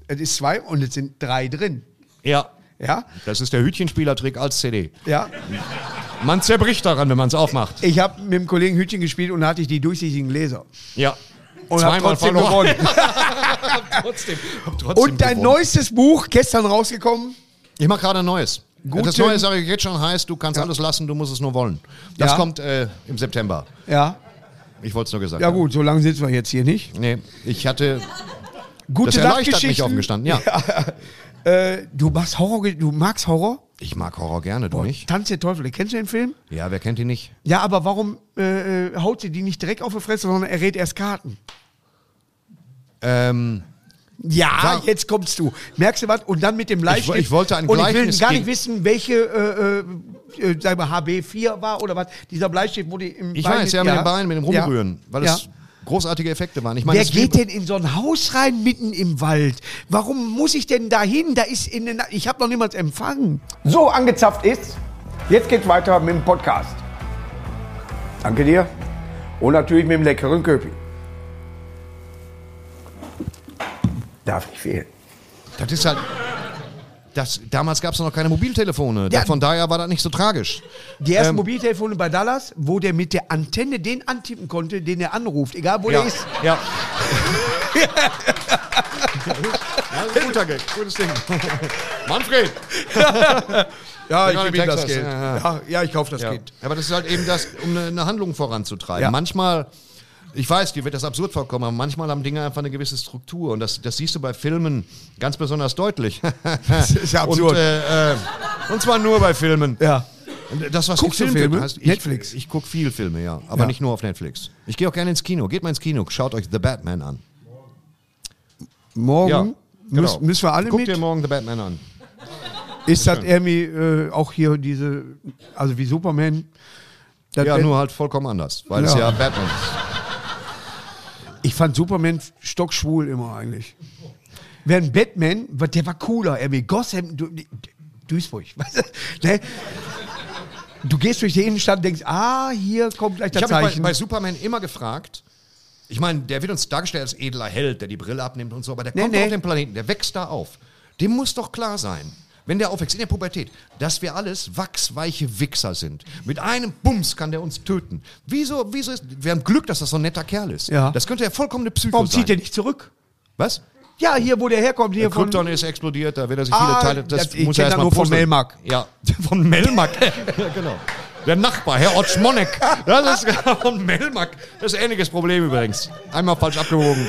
Speaker 3: es ist zwei und es sind drei drin.
Speaker 2: Ja,
Speaker 3: Ja,
Speaker 2: das ist der Hütchenspielertrick als CD.
Speaker 3: ja.
Speaker 2: Man zerbricht daran, wenn man es aufmacht.
Speaker 3: Ich habe mit dem Kollegen Hütchen gespielt und da hatte ich die durchsichtigen Gläser.
Speaker 2: Ja.
Speaker 3: Und hab trotzdem gewonnen.
Speaker 2: trotzdem,
Speaker 3: Und dein neuestes Buch, gestern rausgekommen.
Speaker 2: Ich mache gerade ein neues.
Speaker 3: Guten-
Speaker 2: das neue sage ich jetzt schon heißt, du kannst alles lassen, du musst es nur wollen. Das
Speaker 3: Ja.
Speaker 2: kommt äh, im September.
Speaker 3: Ja.
Speaker 2: Ich wollte es nur gesagt
Speaker 3: Ja
Speaker 2: haben.
Speaker 3: gut, so lange sitzen wir jetzt hier nicht.
Speaker 2: Nee, ich hatte.
Speaker 3: Gute
Speaker 2: Das erleichtert mich
Speaker 3: Nachtgeschichten.
Speaker 2: offen gestanden, ja.
Speaker 3: Äh, du machst Horror, du magst Horror?
Speaker 2: Ich mag Horror gerne, du nicht?
Speaker 3: Tanz der Teufel, kennst du den Film?
Speaker 2: Ja, wer kennt ihn nicht?
Speaker 3: Ja, aber warum äh, äh, haut sie die nicht direkt auf die Fresse, sondern er rät erst Karten?
Speaker 2: Ähm,
Speaker 3: Ja,
Speaker 2: Ja.
Speaker 3: jetzt kommst du. Merkst du was? Und dann mit dem Leichnam.
Speaker 2: ich wollte ein
Speaker 3: Und ich will
Speaker 2: Gleichnis
Speaker 3: gar nicht
Speaker 2: gegen-
Speaker 3: wissen, welche, äh, äh, äh, sagen wir, HB4 war oder was. Dieser Bleistift wurde im
Speaker 2: ich
Speaker 3: Bein
Speaker 2: weiß,
Speaker 3: mit-
Speaker 2: ja, mit dem Bein, mit dem
Speaker 3: Ja.
Speaker 2: Rumrühren, weil
Speaker 3: Ja.
Speaker 2: es großartige Effekte waren. Ich meine,
Speaker 3: Wer
Speaker 2: das ist wie-
Speaker 3: geht denn in so ein Haus rein mitten im Wald? Warum muss ich denn da hin? Da ist in den ich habe noch niemals empfangen.
Speaker 1: So, angezapft ist. Jetzt geht's weiter mit dem Podcast. Danke dir. Und natürlich mit dem leckeren Köpi. Darf nicht fehlen.
Speaker 2: Das ist halt. Das, damals gab es noch keine Mobiltelefone.
Speaker 3: Ja.
Speaker 2: Von daher war das nicht so tragisch.
Speaker 3: Die ersten Mobiltelefone bei Dallas, wo der mit der Antenne den antippen konnte, den er anruft, egal wo
Speaker 2: Ja.
Speaker 3: der ist.
Speaker 2: ja. ja das ist ein guter Gag. Gutes Ding. Manfred!
Speaker 3: Ja,
Speaker 2: ich geb ihm das Geld.
Speaker 3: Ja, ich kaufe das
Speaker 2: Ja. Aber das ist halt eben das, um eine, eine Handlung voranzutreiben.
Speaker 3: Ja.
Speaker 2: Manchmal, ich weiß, dir wird das absurd vorkommen, aber manchmal haben Dinge einfach eine gewisse Struktur und das, das siehst du bei Filmen ganz besonders deutlich. das
Speaker 3: ist ja absurd.
Speaker 2: Und, äh, äh, und zwar nur bei Filmen.
Speaker 3: Ja.
Speaker 2: Und Das, was
Speaker 3: Guckst du
Speaker 2: gefilmt wird,
Speaker 3: Filme?
Speaker 2: heißt- Ich,
Speaker 3: Netflix?
Speaker 2: Ich gucke viel Filme, ja. Aber
Speaker 3: Ja.
Speaker 2: nicht nur auf Netflix. Ich gehe auch gerne ins Kino. Geht mal ins Kino, schaut euch The Batman an.
Speaker 3: Morgen
Speaker 2: genau.
Speaker 3: müssen, müssen wir alle
Speaker 2: Guckt
Speaker 3: mit.
Speaker 2: dir morgen The Batman an.
Speaker 3: Ist das irgendwie äh, auch hier diese, also wie Superman? Das
Speaker 2: Ja,
Speaker 3: wär-
Speaker 2: nur halt vollkommen anders, weil es
Speaker 3: Ja.
Speaker 2: ja Batman ist.
Speaker 3: Ich fand Superman stockschwul immer eigentlich. Während Batman, wa- der war cooler, er will Gotham, du, Duisburg, weißt du? Ne? Du gehst durch die Innenstadt und denkst, ah, hier kommt gleich
Speaker 2: Ich
Speaker 3: das
Speaker 2: habe mich
Speaker 3: Zeichen.
Speaker 2: bei, bei Superman immer gefragt, ich meine, der wird uns dargestellt als edler Held, der die Brille abnimmt und so, aber der kommt
Speaker 3: nee.
Speaker 2: auf den Planeten, der wächst da auf. Dem muss doch klar sein, wenn der aufwächst in der Pubertät, dass wir alles wachsweiche Wichser sind. Mit einem Bums kann der uns töten. Wieso, wieso ist, wir haben Glück, dass das so ein netter Kerl ist.
Speaker 3: Ja.
Speaker 2: Das könnte ja vollkommene Psycho
Speaker 3: Warum
Speaker 2: sein.
Speaker 3: zieht der nicht zurück?
Speaker 2: Was?
Speaker 3: Ja, hier, wo der herkommt, hier von.
Speaker 2: Krypton ist explodiert, da wird er sich viele
Speaker 3: Ah,
Speaker 2: Teile. Das,
Speaker 3: das- ich
Speaker 2: muss er
Speaker 3: kenn
Speaker 2: erst
Speaker 3: das
Speaker 2: mal
Speaker 3: nur von
Speaker 2: puzzeln.
Speaker 3: Melmark.
Speaker 2: Ja, von Melmark. ja, genau. Der Nachbar, Herr Otschmonek. Das ist genau von Melmark. Das ist ein ähnliches Problem übrigens. Einmal falsch abgewogen.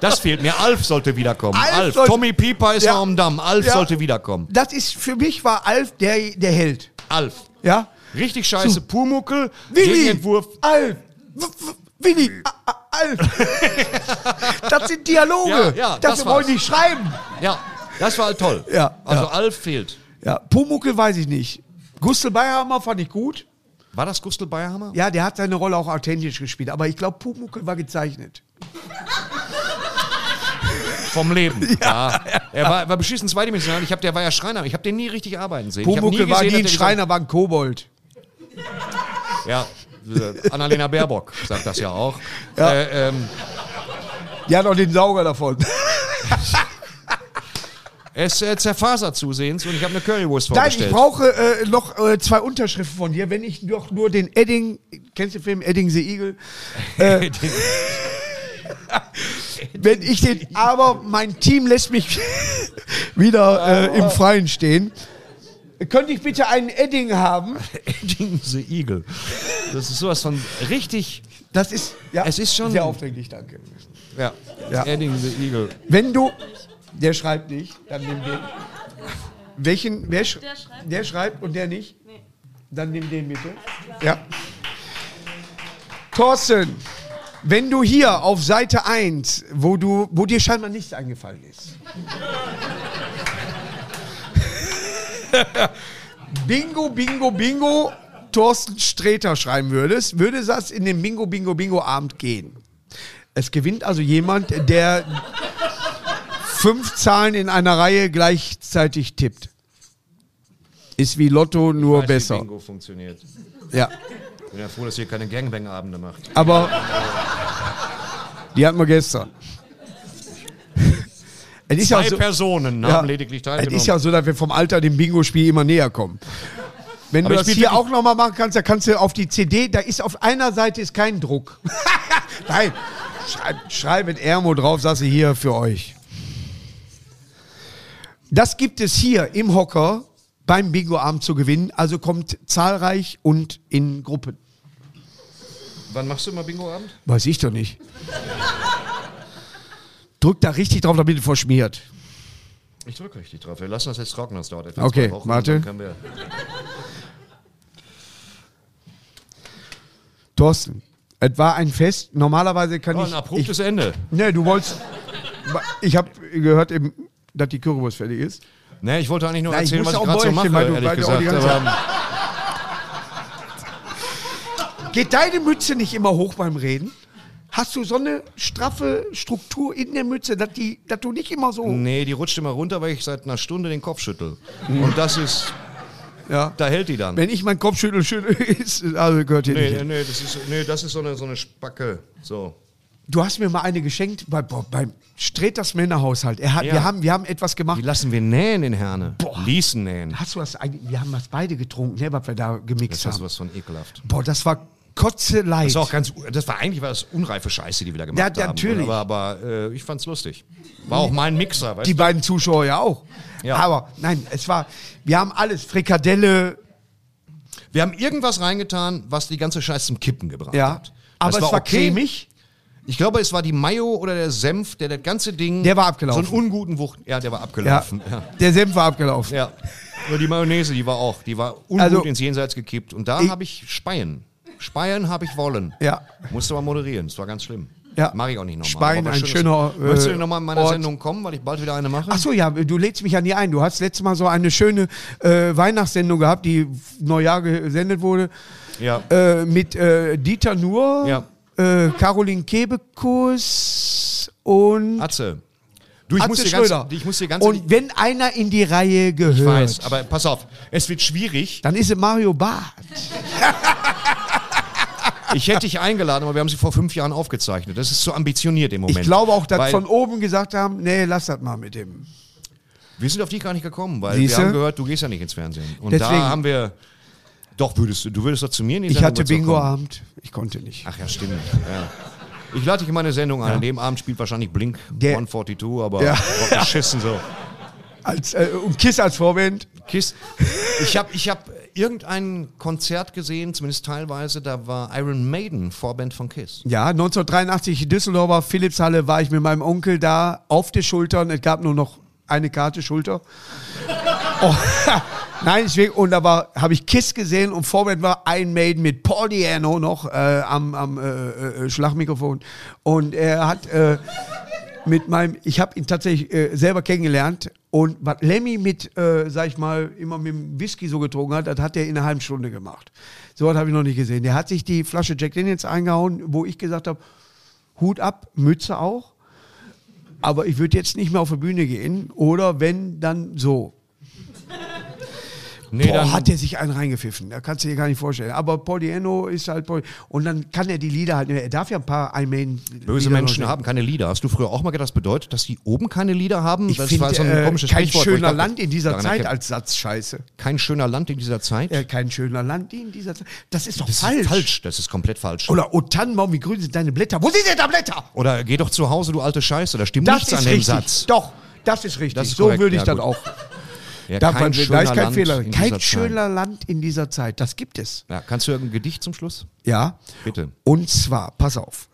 Speaker 2: Das fehlt mir. Alf sollte wiederkommen.
Speaker 3: Alf
Speaker 2: Alf.
Speaker 3: soll-
Speaker 2: Tommy Pieper ist
Speaker 3: Ja.
Speaker 2: noch am Damm. Alf
Speaker 3: Ja.
Speaker 2: sollte wiederkommen.
Speaker 3: Das ist für mich war Alf der, der Held.
Speaker 2: Alf.
Speaker 3: Ja?
Speaker 2: Richtig scheiße. Pumuckel.
Speaker 3: Willi!
Speaker 2: Gegenentwurf.
Speaker 3: Alf! W- w- Willi! A- A- Alf! das sind Dialoge!
Speaker 2: Ja, ja,
Speaker 3: das
Speaker 2: das
Speaker 3: wollen
Speaker 2: war's.
Speaker 3: die schreiben!
Speaker 2: Ja, das war halt toll.
Speaker 3: Ja,
Speaker 2: Also
Speaker 3: ja.
Speaker 2: Alf fehlt.
Speaker 3: Ja, Pumuckel weiß ich nicht. Gustl Bayerhammer fand ich gut.
Speaker 2: War das Gustl Bayerhammer?
Speaker 3: Ja, der hat seine Rolle auch authentisch gespielt, aber ich glaube, Pumuckel war gezeichnet.
Speaker 2: Vom Leben. Ja. Er war, war beschissen zweidimensional. Ich hab, der war ja Schreiner. Ich habe den nie richtig arbeiten sehen. Ich hab
Speaker 3: Pumuckel war nie
Speaker 2: gesehen,
Speaker 3: ein
Speaker 2: dass der
Speaker 3: Schreiner, war ein Kobold.
Speaker 2: gesagt- Ja. äh, Annalena Baerbock sagt das ja auch. Äh, ähm,
Speaker 3: Die hat auch den Sauger davon.
Speaker 2: es äh, zerfasert zusehends und ich habe eine Currywurst
Speaker 3: Nein, ich
Speaker 2: vorgestellt.
Speaker 3: brauche äh, noch äh, zwei Unterschriften von dir, wenn ich doch nur den Edding, kennst du den Film Edding the Eagle? Äh, wenn ich den, aber mein Team lässt mich wieder äh, im Freien stehen. Könnte ich bitte einen Edding haben?
Speaker 2: Edding the Eagle. Das ist sowas von richtig.
Speaker 3: Das ist, ja,
Speaker 2: Es ist schon-
Speaker 3: sehr aufdringlich, danke.
Speaker 2: Ja.
Speaker 3: Ja.
Speaker 2: Edding the Eagle.
Speaker 3: Wenn du, der schreibt nicht, dann nimm den. Welchen, wer sch
Speaker 4: Der schreibt.
Speaker 3: der schreibt und der nicht? Dann nimm den bitte. Ja. Thorsten, wenn du hier auf Seite 1, wo, du, wo dir scheinbar nichts eingefallen ist. Bingo, Bingo, Bingo, Thorsten Sträter schreiben würdest, würde das in den Bingo, Bingo, Bingo-Abend gehen. Es gewinnt also jemand, der fünf Zahlen in einer Reihe gleichzeitig tippt. Ist wie Lotto, nur
Speaker 2: Weiß, wie
Speaker 3: besser.
Speaker 2: Bingo funktioniert.
Speaker 3: Ja.
Speaker 2: Bin ja froh, dass ihr keine Gangbang-Abende macht.
Speaker 3: Aber die hatten wir gestern. Es ist ja
Speaker 2: Zwei
Speaker 3: so,
Speaker 2: Personen haben
Speaker 3: ja, es
Speaker 2: lediglich teilgenommen.
Speaker 3: ist ja so, dass wir vom Alter dem Bingo-Spiel immer näher kommen. Wenn
Speaker 2: Aber
Speaker 3: du das
Speaker 2: ich bin
Speaker 3: hier
Speaker 2: wirklich-
Speaker 3: auch nochmal machen kannst, da kannst du auf die CD, da ist auf einer Seite ist kein Druck. Nein, schreib, schreib mit Ermo drauf, saß sie hier für euch. Das gibt es hier im Hocker beim Bingo-Abend zu gewinnen. Also kommt zahlreich und in Gruppen.
Speaker 2: Wann machst du immer Bingo-Abend?
Speaker 3: Weiß ich doch nicht. Drück da richtig drauf, damit du verschmiert.
Speaker 2: Ich drücke richtig drauf. Wir lassen das jetzt trocknen, das dauert etwa
Speaker 3: Okay,
Speaker 2: zwei Wochen.
Speaker 3: warte.
Speaker 2: Dann können wir
Speaker 3: Thorsten, es war ein Fest. Normalerweise kann
Speaker 2: oh, ein
Speaker 3: ich. ich
Speaker 2: abruptes Ende.
Speaker 3: nee, du wolltest. Ich habe gehört, eben, dass die Currywurst fertig ist.
Speaker 2: Nee, ich wollte eigentlich nur
Speaker 3: Nein, ich
Speaker 2: erzählen, was
Speaker 3: muss
Speaker 2: ich
Speaker 3: auch
Speaker 2: gerade so
Speaker 3: Bäuerchen,
Speaker 2: mache,
Speaker 3: weil du-
Speaker 2: ehrlich
Speaker 3: weil du auch die
Speaker 2: gesagt.
Speaker 3: ganze
Speaker 2: Aber,
Speaker 3: Geht deine Mütze nicht immer hoch beim Reden? Hast du so eine straffe Struktur in der Mütze, dass, die, dass du nicht immer so.
Speaker 2: nee, die rutscht immer runter, weil ich seit einer Stunde den Kopf schüttel. Und das ist,
Speaker 3: Ja.
Speaker 2: da hält die dann.
Speaker 3: Wenn ich meinen Kopf schüttel, schüttel ist. Also gehört hier nicht.
Speaker 2: Nee,
Speaker 3: hin.
Speaker 2: nee, das ist, nee, das ist so eine, so eine Spacke. So.
Speaker 3: Du hast mir mal eine geschenkt bei, boah, beim Streters Männerhaushalt. Er hat,
Speaker 2: Ja.
Speaker 3: wir, haben, wir haben etwas
Speaker 2: Die
Speaker 3: gemacht.
Speaker 2: lassen wir nähen in Herne.
Speaker 3: Boah.
Speaker 2: Ließen nähen.
Speaker 3: Hast du das eigentlich? Wir haben das beide getrunken, ne, was wir da
Speaker 2: Das
Speaker 3: gemixt
Speaker 2: war
Speaker 3: haben.
Speaker 2: sowas von ekelhaft.
Speaker 3: Boah, das war Kotzelei.
Speaker 2: Das war, auch ganz, das war eigentlich war das unreife Scheiße, die wir da gemacht
Speaker 3: Ja,
Speaker 2: haben.
Speaker 3: natürlich.
Speaker 2: Aber, aber äh, ich fand's lustig. War auch mein Mixer, weißt
Speaker 3: Die beiden Zuschauer ja auch.
Speaker 2: Ja.
Speaker 3: Aber nein, es war, wir haben alles, Frikadelle,
Speaker 2: du? Wir haben irgendwas reingetan, was die ganze Scheiße zum Kippen gebracht
Speaker 3: ja.
Speaker 2: hat.
Speaker 3: Aber
Speaker 2: Oh Das
Speaker 3: es war
Speaker 2: okay.
Speaker 3: cremig.
Speaker 2: Ich glaube, es war die Mayo oder der Senf, der das ganze Ding.
Speaker 3: Der war abgelaufen.
Speaker 2: So einen unguten Wucht. Ja, der war
Speaker 3: Ja.
Speaker 2: abgelaufen. Ja.
Speaker 3: Der Senf war abgelaufen.
Speaker 2: ja. Nur die Mayonnaise, die war auch. Die war ungut
Speaker 3: Also-
Speaker 2: ins Jenseits gekippt. Und da
Speaker 3: Ich-
Speaker 2: habe ich Speien. Speien habe ich wollen.
Speaker 3: Ja.
Speaker 2: Musste mal moderieren. Das war ganz schlimm.
Speaker 3: Ja.
Speaker 2: Mach ich auch nicht nochmal.
Speaker 3: Speyen,
Speaker 2: Aber war
Speaker 3: ein
Speaker 2: schönes-
Speaker 3: schöner, äh,
Speaker 2: Möchtest du denn nochmal in meiner
Speaker 3: Ort.
Speaker 2: Sendung kommen, weil ich bald wieder eine mache?
Speaker 3: Ach so, ja, du lädst mich ja nie ein. Du hast letztes Mal so eine schöne äh, Weihnachtssendung gehabt, die Neujahr gesendet wurde,
Speaker 2: ja.
Speaker 3: äh, mit äh, Dieter Nuhr,
Speaker 2: Ja.
Speaker 3: äh, Caroline Kebekus und
Speaker 2: Atze. Du, Ah, ich muss
Speaker 3: Atze
Speaker 2: dir ganz-
Speaker 3: Schröder.
Speaker 2: ich muss dir ganz-
Speaker 3: Und wenn einer in die Reihe gehört,
Speaker 2: Ich weiß, aber pass auf, es wird schwierig.
Speaker 3: dann ist es Mario Barth.
Speaker 2: Ich hätte dich eingeladen, aber wir haben sie vor fünf Jahren aufgezeichnet. Das ist so ambitioniert im Moment.
Speaker 3: Ich glaube auch, dass
Speaker 2: Weil-
Speaker 3: von oben gesagt haben, nee, lass das mal mit dem.
Speaker 2: Wir sind auf dich gar nicht gekommen, weil
Speaker 3: Siehste?
Speaker 2: wir haben gehört, du gehst ja nicht ins Fernsehen. Und
Speaker 3: Deswegen-
Speaker 2: da haben wir. Doch, würdest du, du würdest doch zu mir in die
Speaker 3: Ich
Speaker 2: Sendung
Speaker 3: hatte
Speaker 2: jetzt auch kommen.
Speaker 3: Bingo-Abend, ich konnte nicht.
Speaker 2: Ach ja, stimmt. Ja. Ich lade dich in meine Sendung ein. An dem Abend spielt wahrscheinlich Blink
Speaker 3: Der-
Speaker 2: 142, aber
Speaker 3: Ja.
Speaker 2: drauf geschissen so.
Speaker 3: Als, äh, und Kiss als Vorwand.
Speaker 2: Kiss. Ich habe ich hab irgendein Konzert gesehen, zumindest teilweise, da war Iron Maiden, Vorband von Kiss.
Speaker 3: Ja, 1983 in Düsseldorfer Philipshalle war ich mit meinem Onkel da auf den Schultern. Es gab nur noch eine Karte Schulter. oh, nein, ich will, und da war habe ich Kiss gesehen und vorwärts war ein Maiden mit Paul Diano noch äh, am, am äh, äh, äh, Schlagmikrofon. Und er hat äh, mit meinem, ich habe ihn tatsächlich äh, selber kennengelernt und was Lemmy mit, äh, sag ich mal, immer mit dem Whisky so getrunken hat, das hat er in einer halben Stunde gemacht. So was habe ich noch nicht gesehen. Der hat sich die Flasche Jack Daniels eingehauen, wo ich gesagt habe, Hut ab, Mütze auch. Aber ich würde jetzt nicht mehr auf die Bühne gehen. Oder wenn, dann so.
Speaker 2: Nee,
Speaker 3: Boah,
Speaker 2: dann-
Speaker 3: hat er sich einen reingepfiffen. Da kannst du dir gar nicht vorstellen. Aber Polieno ist halt Paul. Und dann kann er die Lieder halt. nicht mehr. Er darf ja ein paar I mean,
Speaker 2: Böse Menschen haben keine Lieder. Hast du früher auch mal gedacht, das bedeutet, dass die oben keine Lieder haben?
Speaker 3: Ich
Speaker 2: das
Speaker 3: find, äh, kein
Speaker 2: Sprichwort, wo ich
Speaker 3: schöner
Speaker 2: dachte,
Speaker 3: Land in dieser
Speaker 2: daran
Speaker 3: Zeit
Speaker 2: erkennt-
Speaker 3: als Satz scheiße.
Speaker 2: Kein schöner Land in dieser Zeit?
Speaker 3: Ja, kein schöner Land in dieser Zeit. Das ist doch
Speaker 2: das
Speaker 3: falsch.
Speaker 2: ist falsch. Das ist komplett falsch.
Speaker 3: Oder O Tannenbaum, wie grün sind deine Blätter? Wo sind denn da Blätter?
Speaker 2: Oder geh doch zu Hause, du alte Scheiße. Da stimmt
Speaker 3: Das
Speaker 2: nichts
Speaker 3: ist
Speaker 2: an dem
Speaker 3: richtig.
Speaker 2: Satz.
Speaker 3: Doch, das ist richtig.
Speaker 2: Das ist
Speaker 3: so
Speaker 2: korrekt.
Speaker 3: würde ich
Speaker 2: Ja,
Speaker 3: dann
Speaker 2: gut.
Speaker 3: auch.
Speaker 2: Ja,
Speaker 3: Da, kann, da ist kein
Speaker 2: Land
Speaker 3: Fehler.
Speaker 2: in dieser
Speaker 3: Kein
Speaker 2: Zeit.
Speaker 3: schöner Land in dieser Zeit. Das gibt es.
Speaker 2: Ja, kannst du irgendein Gedicht zum Schluss?
Speaker 3: Ja.
Speaker 2: Bitte.
Speaker 3: Und zwar, pass auf.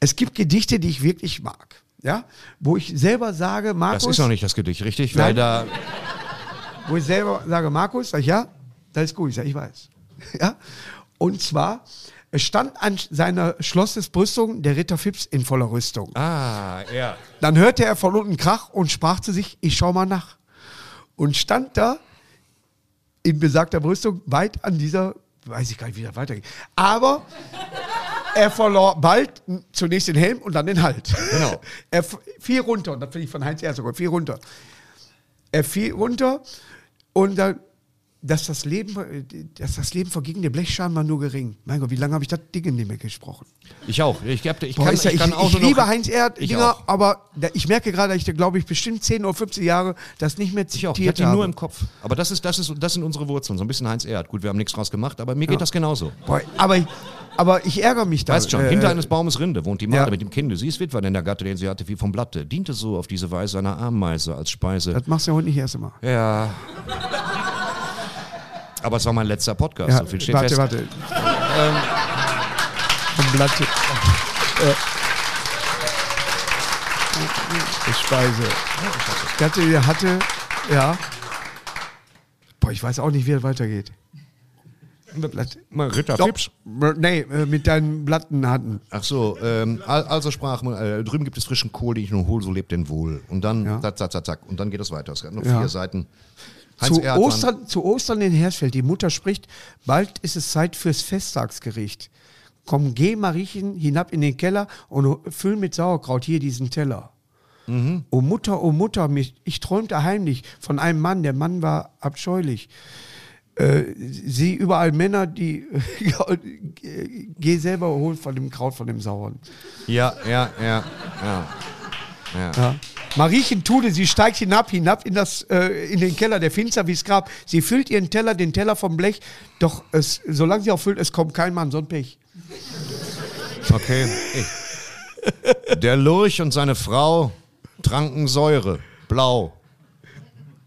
Speaker 3: Es gibt Gedichte, die ich wirklich mag. Ja, wo ich selber sage,
Speaker 2: Das
Speaker 3: Markus,
Speaker 2: ist noch nicht das Gedicht, richtig?
Speaker 3: Nein.
Speaker 2: Weil da,
Speaker 3: wo ich selber sage, Markus, sag ich, ja, das ist gut, ich sag, ich weiß. Ja? Und zwar, es stand an seiner Schlossesbrüstung der Ritter Phipps in voller Rüstung.
Speaker 2: ah, ja.
Speaker 3: Dann hörte er von unten Krach und sprach zu sich, ich schau mal nach. Und stand da in besagter Brüstung weit an dieser, weiß ich gar nicht, wie das weitergeht. Aber er verlor bald zunächst den Helm und dann den Halt.
Speaker 2: Genau.
Speaker 3: Er f- fiel runter, und das finde ich von Heinz Herzog, er fiel runter. Er fiel runter und dann, dass das Leben, äh, dass das Leben verging, der Blechschaden war nur gering. Mein Gott, wie lange habe ich das Ding nicht mehr gesprochen?
Speaker 2: Ich auch. Ich, hab, ich,
Speaker 3: Boah,
Speaker 2: kann,
Speaker 3: ist ja,
Speaker 2: ich kann
Speaker 3: ich,
Speaker 2: auch
Speaker 3: ich
Speaker 2: nur
Speaker 3: liebe
Speaker 2: noch,
Speaker 3: Heinz
Speaker 2: Ich
Speaker 3: Erdinger,
Speaker 2: auch.
Speaker 3: aber da, ich merke gerade, dass ich da glaube ich bestimmt 10 oder 15 Jahre das nicht mehr
Speaker 2: Ich auch.
Speaker 3: zitiert
Speaker 2: Ich hatte ihn
Speaker 3: habe.
Speaker 2: nur im Kopf. Aber das, ist, das, ist, das sind unsere Wurzeln. So ein bisschen Heinz Erd. Gut, wir haben nichts draus gemacht, aber mir geht das genauso.
Speaker 3: Boah, aber, ich- aber ich ärgere mich da.
Speaker 2: Weißt schon,
Speaker 3: äh,
Speaker 2: hinter eines Baumes Rinde wohnt die Made
Speaker 3: ja.
Speaker 2: mit dem Kinde. Sie ist Witwer, denn der Gatte, den sie hatte, wie vom Blatte, diente so auf diese Weise einer Ameise als Speise.
Speaker 3: das machst du ja heute nicht erst einmal.
Speaker 2: Ja. Aber es war mein letzter Podcast.
Speaker 3: Ja,
Speaker 2: so viel steht
Speaker 3: warte,
Speaker 2: fest. Ähm,
Speaker 3: warte. Vom Blatt. Äh. Speise. Ich hatte, ich hatte, ja. Boah, ich weiß auch nicht, wie das weitergeht. Blatt.
Speaker 2: Mal Ritter
Speaker 3: Doch,
Speaker 2: Fips.
Speaker 3: nee, äh, mit deinen Blatten hatten.
Speaker 2: Ach so, ähm, al- also sprach man, äh, drüben gibt es frischen Kohl, den ich nur hol, so lebt denn wohl. Und dann,
Speaker 3: Ja.
Speaker 2: zack, zack, zack, zack. Und dann geht es weiter. Es gab noch
Speaker 3: Ja.
Speaker 2: vier Seiten.
Speaker 3: Zu
Speaker 2: Erdmann.
Speaker 3: Ostern, zu Ostern in Hersfeld, die Mutter spricht, bald ist es Zeit fürs Festtagsgericht. Komm, geh, Mariechen, hinab in den Keller und füll mit Sauerkraut hier diesen Teller. O Mutter, o Mutter, mich, ich träumte heimlich von einem Mann, der Mann war abscheulich. Äh, sieh überall Männer, die. geh selber, hol von dem Kraut, von dem Sauern.
Speaker 2: Ja, ja, ja, ja.
Speaker 3: Ja. Mariechen Tude, sie steigt hinab, hinab in, das, äh, in den Keller, der finster wie's Grab. Sie füllt ihren Teller, den Teller vom Blech, doch es, solange sie auch füllt, es kommt kein Mann, so ein Pech.
Speaker 2: Okay. Ey. Der Lurch und seine Frau tranken Säure, blau.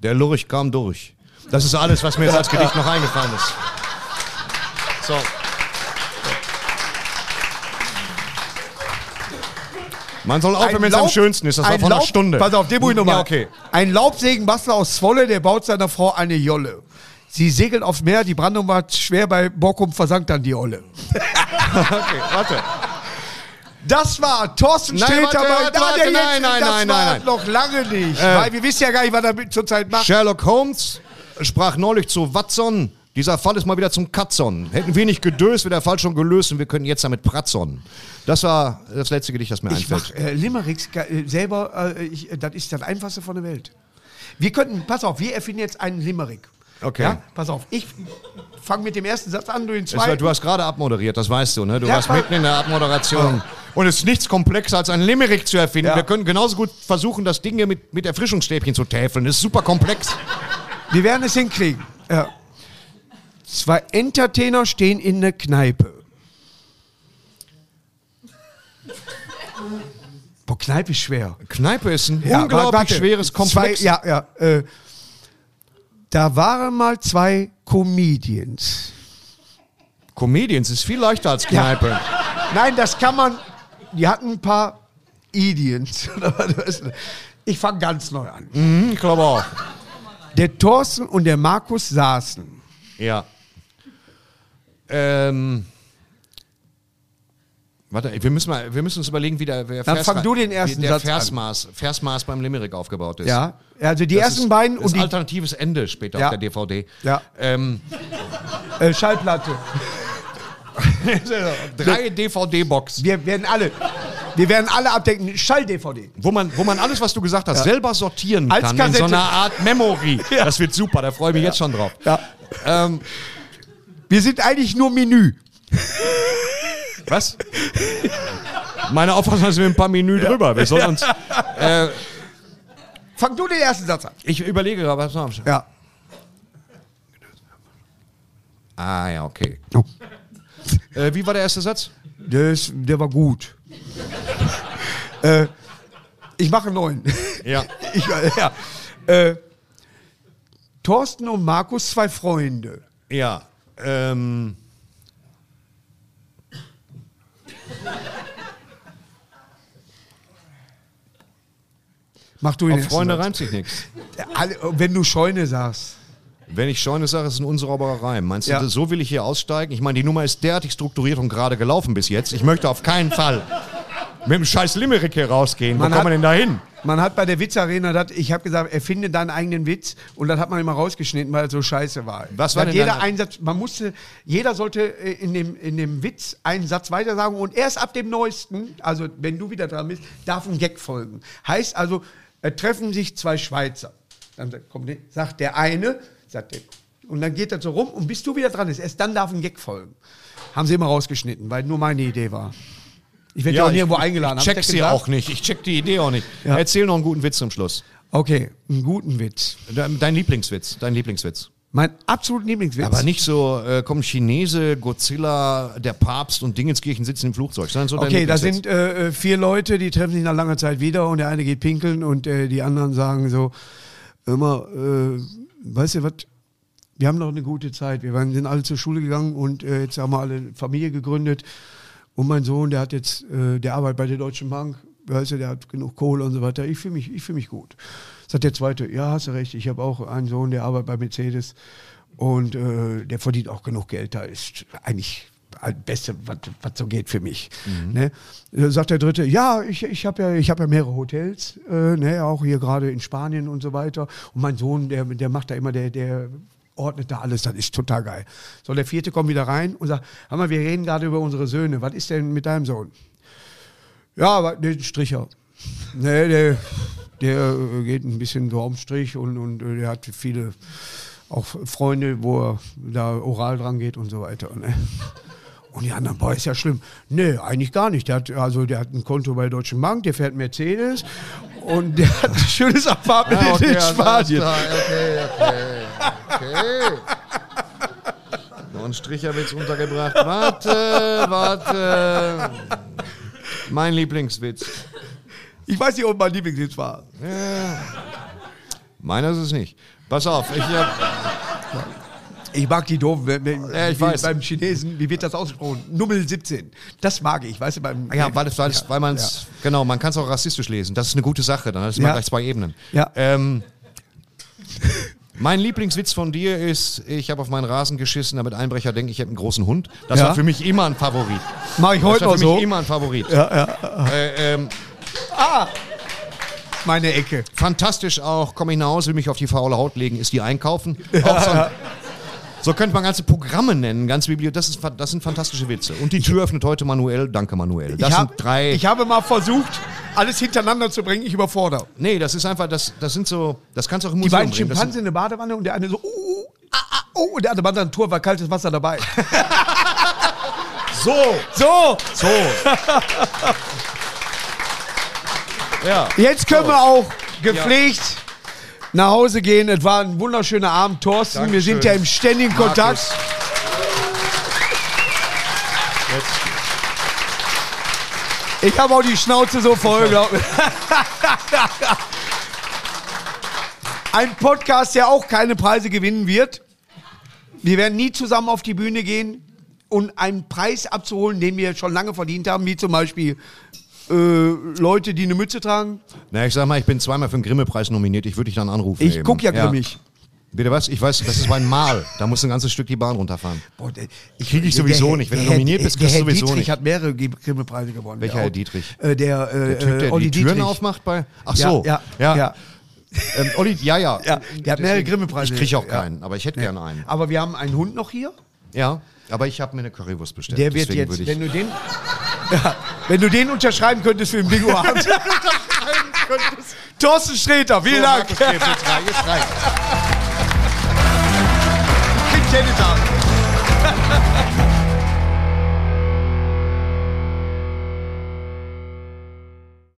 Speaker 2: Der Lurch kam durch. Das ist alles, was mir jetzt als Gedicht noch eingefallen ist. So. Man soll aufhören, wenn es am schönsten ist. Das war
Speaker 3: ein
Speaker 2: vor einer
Speaker 3: Laub-
Speaker 2: Stunde.
Speaker 3: Pass auf, den muss ich nochmal.
Speaker 2: Ja, okay.
Speaker 3: Ein Laubsägenbastler aus Zwolle, der baut seiner Frau eine Jolle. Sie segelt aufs Meer, die Brandung war schwer bei Borkum, versank dann die Olle.
Speaker 2: Okay, warte.
Speaker 3: Das war Thorsten
Speaker 2: Nein,
Speaker 3: Sträter
Speaker 2: warte,
Speaker 3: bei-
Speaker 2: warte,
Speaker 3: Da,
Speaker 2: warte,
Speaker 3: der
Speaker 2: nein, nein,
Speaker 3: das
Speaker 2: nein,
Speaker 3: war
Speaker 2: nein, nein.
Speaker 3: noch lange nicht.
Speaker 2: Äh.
Speaker 3: Weil wir wissen ja gar nicht, was er mit- zurzeit macht.
Speaker 2: Sherlock Holmes sprach neulich zu Watson. Dieser Fall ist mal wieder zum Katzon. Hätten wir nicht gedöst, wäre der Fall schon gelöst und wir könnten jetzt damit pratzon. Das war das letzte Gedicht, das mir
Speaker 3: Ich
Speaker 2: einfällt.
Speaker 3: mach äh, Limericks ge- äh, selber, äh, ich, äh, das ist das einfachste von der Welt. Wir könnten, pass auf, wir erfinden jetzt einen Limerick.
Speaker 2: Okay.
Speaker 3: Ja, pass auf, ich fange mit dem ersten Satz an, du den
Speaker 2: Es war,
Speaker 3: zweiten.
Speaker 2: du hast gerade abmoderiert, das weißt du, ne? Du
Speaker 3: Ja.
Speaker 2: warst mitten in der Abmoderation. Und es ist nichts komplexer, als einen Limerick zu erfinden.
Speaker 3: Ja.
Speaker 2: Wir können genauso gut versuchen, das Ding hier mit, mit Erfrischungsstäbchen zu täfeln. Das ist super komplex.
Speaker 3: Wir werden es hinkriegen. Ja. Zwei Entertainer stehen in der Kneipe. Boah, Kneipe ist schwer.
Speaker 2: Kneipe ist ein
Speaker 3: Ja,
Speaker 2: unglaublich
Speaker 3: warte.
Speaker 2: schweres Komplex.
Speaker 3: Zwei, ja, ja. Äh, da waren mal zwei Comedians.
Speaker 2: Comedians ist viel leichter als Kneipe.
Speaker 3: Nein, das kann man. Die hatten ein paar Idiots. oder was. ich fange ganz neu an.
Speaker 2: Hm, ich glaube auch.
Speaker 3: Der Thorsten und der Markus saßen.
Speaker 2: Ja. Ähm. Warte, wir müssen, mal, wir müssen uns überlegen, wie der, wer
Speaker 3: Dann
Speaker 2: Vers-
Speaker 3: fang du den ersten
Speaker 2: wie der
Speaker 3: Satz an.
Speaker 2: Versmaß, Versmaß beim Limerick aufgebaut ist.
Speaker 3: Ja. Also die
Speaker 2: Das
Speaker 3: ersten
Speaker 2: ist-
Speaker 3: beiden
Speaker 2: das
Speaker 3: und die
Speaker 2: alternatives Ende später
Speaker 3: Ja.
Speaker 2: auf der DVD.
Speaker 3: Ja.
Speaker 2: Ähm,
Speaker 3: äh, Schallplatte.
Speaker 2: drei DVD-Boxen,
Speaker 3: Wir werden alle. Wir werden alle abdecken. Schall-DVD.
Speaker 2: wo man, wo man alles, was du gesagt hast, selber sortieren
Speaker 3: Als
Speaker 2: kann
Speaker 3: Kassette.
Speaker 2: in so einer Art Memory. Das wird super, da freue ich mich jetzt schon drauf.
Speaker 3: Ja.
Speaker 2: Ähm,
Speaker 3: Wir sind eigentlich nur Menü.
Speaker 2: was? Meine Auffassung ist, wir sind ein paar Menü drüber. Wir sollen uns,
Speaker 3: Fang du den ersten Satz an.
Speaker 2: ich überlege gerade, was noch.
Speaker 3: Ja.
Speaker 2: Ah ja, okay.
Speaker 3: Oh.
Speaker 2: Äh, wie war der erste Satz?
Speaker 3: Das, der war gut. äh, ich mache einen neuen.
Speaker 2: Ja.
Speaker 3: Ich, äh, ja. Äh, Thorsten und Markus, zwei Freunde.
Speaker 2: Ja. Ähm.
Speaker 3: Mach du den
Speaker 2: Auf
Speaker 3: ersten
Speaker 2: Freunde
Speaker 3: Satz.
Speaker 2: reimt sich nichts.
Speaker 3: Alle, wenn du Scheune sagst.
Speaker 2: Wenn ich Scheune sage, ist es ein unsauberer Reim. Meinst
Speaker 3: Ja.
Speaker 2: du, so will ich hier aussteigen? Ich meine, die Nummer ist derartig strukturiert und gerade gelaufen bis jetzt. Ich möchte auf keinen Fall mit dem scheiß Limerick hier rausgehen.
Speaker 3: Man
Speaker 2: Wo
Speaker 3: hat-
Speaker 2: kommen wir denn da hin?
Speaker 3: Man hat bei der Witzarena, das, ich habe gesagt, erfinde deinen eigenen Witz und das hat man immer rausgeschnitten, weil es so scheiße war.
Speaker 2: Was war
Speaker 3: Dass
Speaker 2: denn
Speaker 3: jeder
Speaker 2: dein-
Speaker 3: Einsatz, man musste, jeder sollte äh, in dem, in dem Witz einen Satz weiter sagen und erst ab dem neuesten, also wenn du wieder dran bist, darf ein Gag folgen. Heißt also, äh, treffen sich zwei Schweizer. Dann sagt- kommt, der- sagt der eine, sagt der, und dann geht das so rum und bis du wieder dran bist, erst dann darf ein Gag folgen. Haben sie immer rausgeschnitten, weil nur meine Idee war. Ich werde ja, auch nirgendwo eingeladen.
Speaker 2: Ich
Speaker 3: Hab
Speaker 2: check
Speaker 3: das
Speaker 2: sie
Speaker 3: gesagt?
Speaker 2: auch nicht. Ich check die Idee auch nicht.
Speaker 3: Ja.
Speaker 2: Erzähl noch einen guten Witz zum Schluss.
Speaker 3: Okay, einen guten Witz.
Speaker 2: Dein dein Lieblingswitz. Dein Lieblingswitz.
Speaker 3: Mein absoluter Lieblingswitz.
Speaker 2: Aber nicht so, äh, kommen Chinese, Godzilla, der Papst und Dingenskirchen sitzen im Flugzeug. Sondern so dein
Speaker 3: Okay, da
Speaker 2: Lieblingswitz.
Speaker 3: sind äh, äh, vier Leute, die treffen sich nach langer Zeit wieder und der eine geht pinkeln und äh, die anderen sagen so, immer, äh, weißt du was, wir haben noch eine gute Zeit, wir waren, sind alle zur Schule gegangen und äh, jetzt haben wir alle Familie gegründet und mein Sohn, der hat jetzt, äh, der arbeitet bei der Deutschen Bank, weißt du, der hat genug Kohle und so weiter, ich fühle mich, ich fühl mich gut. Sagt der zweite, ja, hast du recht, ich habe auch einen Sohn, der arbeitet bei Mercedes und äh, der verdient auch genug Geld, da ist eigentlich das halt Beste, was was so geht für mich. Ne? Äh, Sagt der Dritte, ja, ich, ich habe ja, ich hab ja mehrere Hotels, äh, ne, auch hier gerade in Spanien und so weiter. Und mein Sohn, der, der macht da immer, der, der ordnet da alles, das ist total geil. So, der Vierte kommt wieder rein und sagt, hör mal, wir reden gerade über unsere Söhne, was ist denn mit deinem Sohn? Ja, aber den Stricher. Nee, der, der äh, geht ein bisschen so am Strich und, und äh, der hat viele auch Freunde, wo er da oral dran geht und so weiter. Ne? Und die anderen, boah, ist ja schlimm. Nee, eigentlich gar nicht. Der hat, also, der hat ein Konto bei der Deutschen Bank, der fährt Mercedes und der hat ein schönes Apartment
Speaker 2: Ah, okay,
Speaker 3: in
Speaker 2: alles
Speaker 3: Spanien.
Speaker 2: klar, Okay, okay, okay. Noch ein Stricherwitz untergebracht. Warte, warte. Mein Lieblingswitz.
Speaker 3: Ich weiß nicht, ob mein Lieblingslied war.
Speaker 2: Meiner ist es nicht. Pass auf, ich äh, hab,
Speaker 3: Ich mag die doofen. wenn- wenn-
Speaker 2: Ja, ich
Speaker 3: wie
Speaker 2: weiß.
Speaker 3: Beim Chinesen, wie wird das ausgesprochen? Nummel 17. Das mag ich, weißt du, beim.
Speaker 2: Ah ja, weil, weil, weil man es, genau, man kann es auch rassistisch lesen. Das ist eine gute Sache, dann ist man
Speaker 3: Ja.
Speaker 2: gleich zwei Ebenen.
Speaker 3: Ja.
Speaker 2: Ähm, mein Lieblingswitz von dir ist, ich habe auf meinen Rasen geschissen, damit Einbrecher denken, ich hätte einen großen Hund. Das
Speaker 3: Ja.
Speaker 2: war für mich immer ein Favorit.
Speaker 3: Mach ich
Speaker 2: Das
Speaker 3: heute
Speaker 2: war
Speaker 3: noch
Speaker 2: für
Speaker 3: so.
Speaker 2: mich immer ein Favorit. Äh, ähm,
Speaker 3: Meine Ecke.
Speaker 2: Fantastisch auch, komm ich nach Hause, will mich auf die faule Haut legen, ist die einkaufen. Auch so ein, So könnte man ganze Programme nennen, ganze Bibliothek. Das, ist, fa- das sind fantastische Witze. Und die Tür öffnet heute manuell. Danke, Manuel. Das
Speaker 3: ich,
Speaker 2: sind
Speaker 3: hab,
Speaker 2: drei.
Speaker 3: ich habe mal versucht, alles hintereinander zu bringen. Ich überfordere.
Speaker 2: nee, das ist einfach, das, das sind so, das kannst du auch im
Speaker 3: Die
Speaker 2: Museum
Speaker 3: beiden
Speaker 2: bringen. Das
Speaker 3: Schimpansen in der Badewanne und der eine so, uh, uh, ah, ah, oh, und der andere Mann an Tour war kaltes Wasser dabei.
Speaker 2: sind, so,
Speaker 3: So,
Speaker 2: so. ja.
Speaker 3: jetzt können wir auch gepflegt nach Hause gehen. Es war ein wunderschöner Abend, Thorsten. Wir
Speaker 2: Dankeschön.
Speaker 3: sind ja im ständigen Kontakt.
Speaker 2: Markus.
Speaker 3: Ich habe auch die Schnauze so voll, glaub mir. Ein Podcast, der auch keine Preise gewinnen wird. Wir werden nie zusammen auf die Bühne gehen und einen Preis abzuholen, den wir schon lange verdient haben, wie zum Beispiel äh, Leute, die eine Mütze tragen.
Speaker 2: Na, ich sag mal, ich bin zweimal für den Grimme-Preis nominiert. Ich würde dich dann anrufen.
Speaker 3: Ich
Speaker 2: eben.
Speaker 3: guck ja grimmig.
Speaker 2: Bitte was? Ich weiß, das ist mein Mal. Da muss ein ganzes Stück die Bahn runterfahren.
Speaker 3: Boah, der- ich
Speaker 2: Krieg ich sowieso nicht. Wenn du
Speaker 3: Herr-
Speaker 2: nominiert bist,
Speaker 3: der
Speaker 2: kriegst du
Speaker 3: Herr
Speaker 2: sowieso
Speaker 3: Dietrich
Speaker 2: nicht.
Speaker 3: hat mehrere Ge- Grimme-Preise gewonnen.
Speaker 2: Welcher
Speaker 3: Der
Speaker 2: Herr
Speaker 3: auch-
Speaker 2: Dietrich?
Speaker 3: Äh, der, äh,
Speaker 2: Der Typ, der
Speaker 3: Olli
Speaker 2: die Türen
Speaker 3: Dietrich.
Speaker 2: aufmacht bei. Ach
Speaker 3: Ja,
Speaker 2: so.
Speaker 3: ja,
Speaker 2: ja.
Speaker 3: ja.
Speaker 2: Ähm, Olli, ja, ja.
Speaker 3: Ja, der hat mehrere
Speaker 2: Deswegen-
Speaker 3: Grimme-Preise.
Speaker 2: Ich krieg auch
Speaker 3: Ja.
Speaker 2: keinen, aber ich hätte gerne einen.
Speaker 3: Aber wir haben einen Hund noch hier.
Speaker 2: Ja, aber ich habe mir eine Currywurst bestellt.
Speaker 3: Der wird
Speaker 2: deswegen
Speaker 3: jetzt,
Speaker 2: würde ich-
Speaker 3: wenn du den, ja, wenn du den unterschreiben könntest für den Bingo-Abend. Thorsten Sträter, vielen
Speaker 2: So,
Speaker 3: Dank.
Speaker 2: Markus Krebs, jetzt rein, jetzt rein.
Speaker 3: Tennisabend.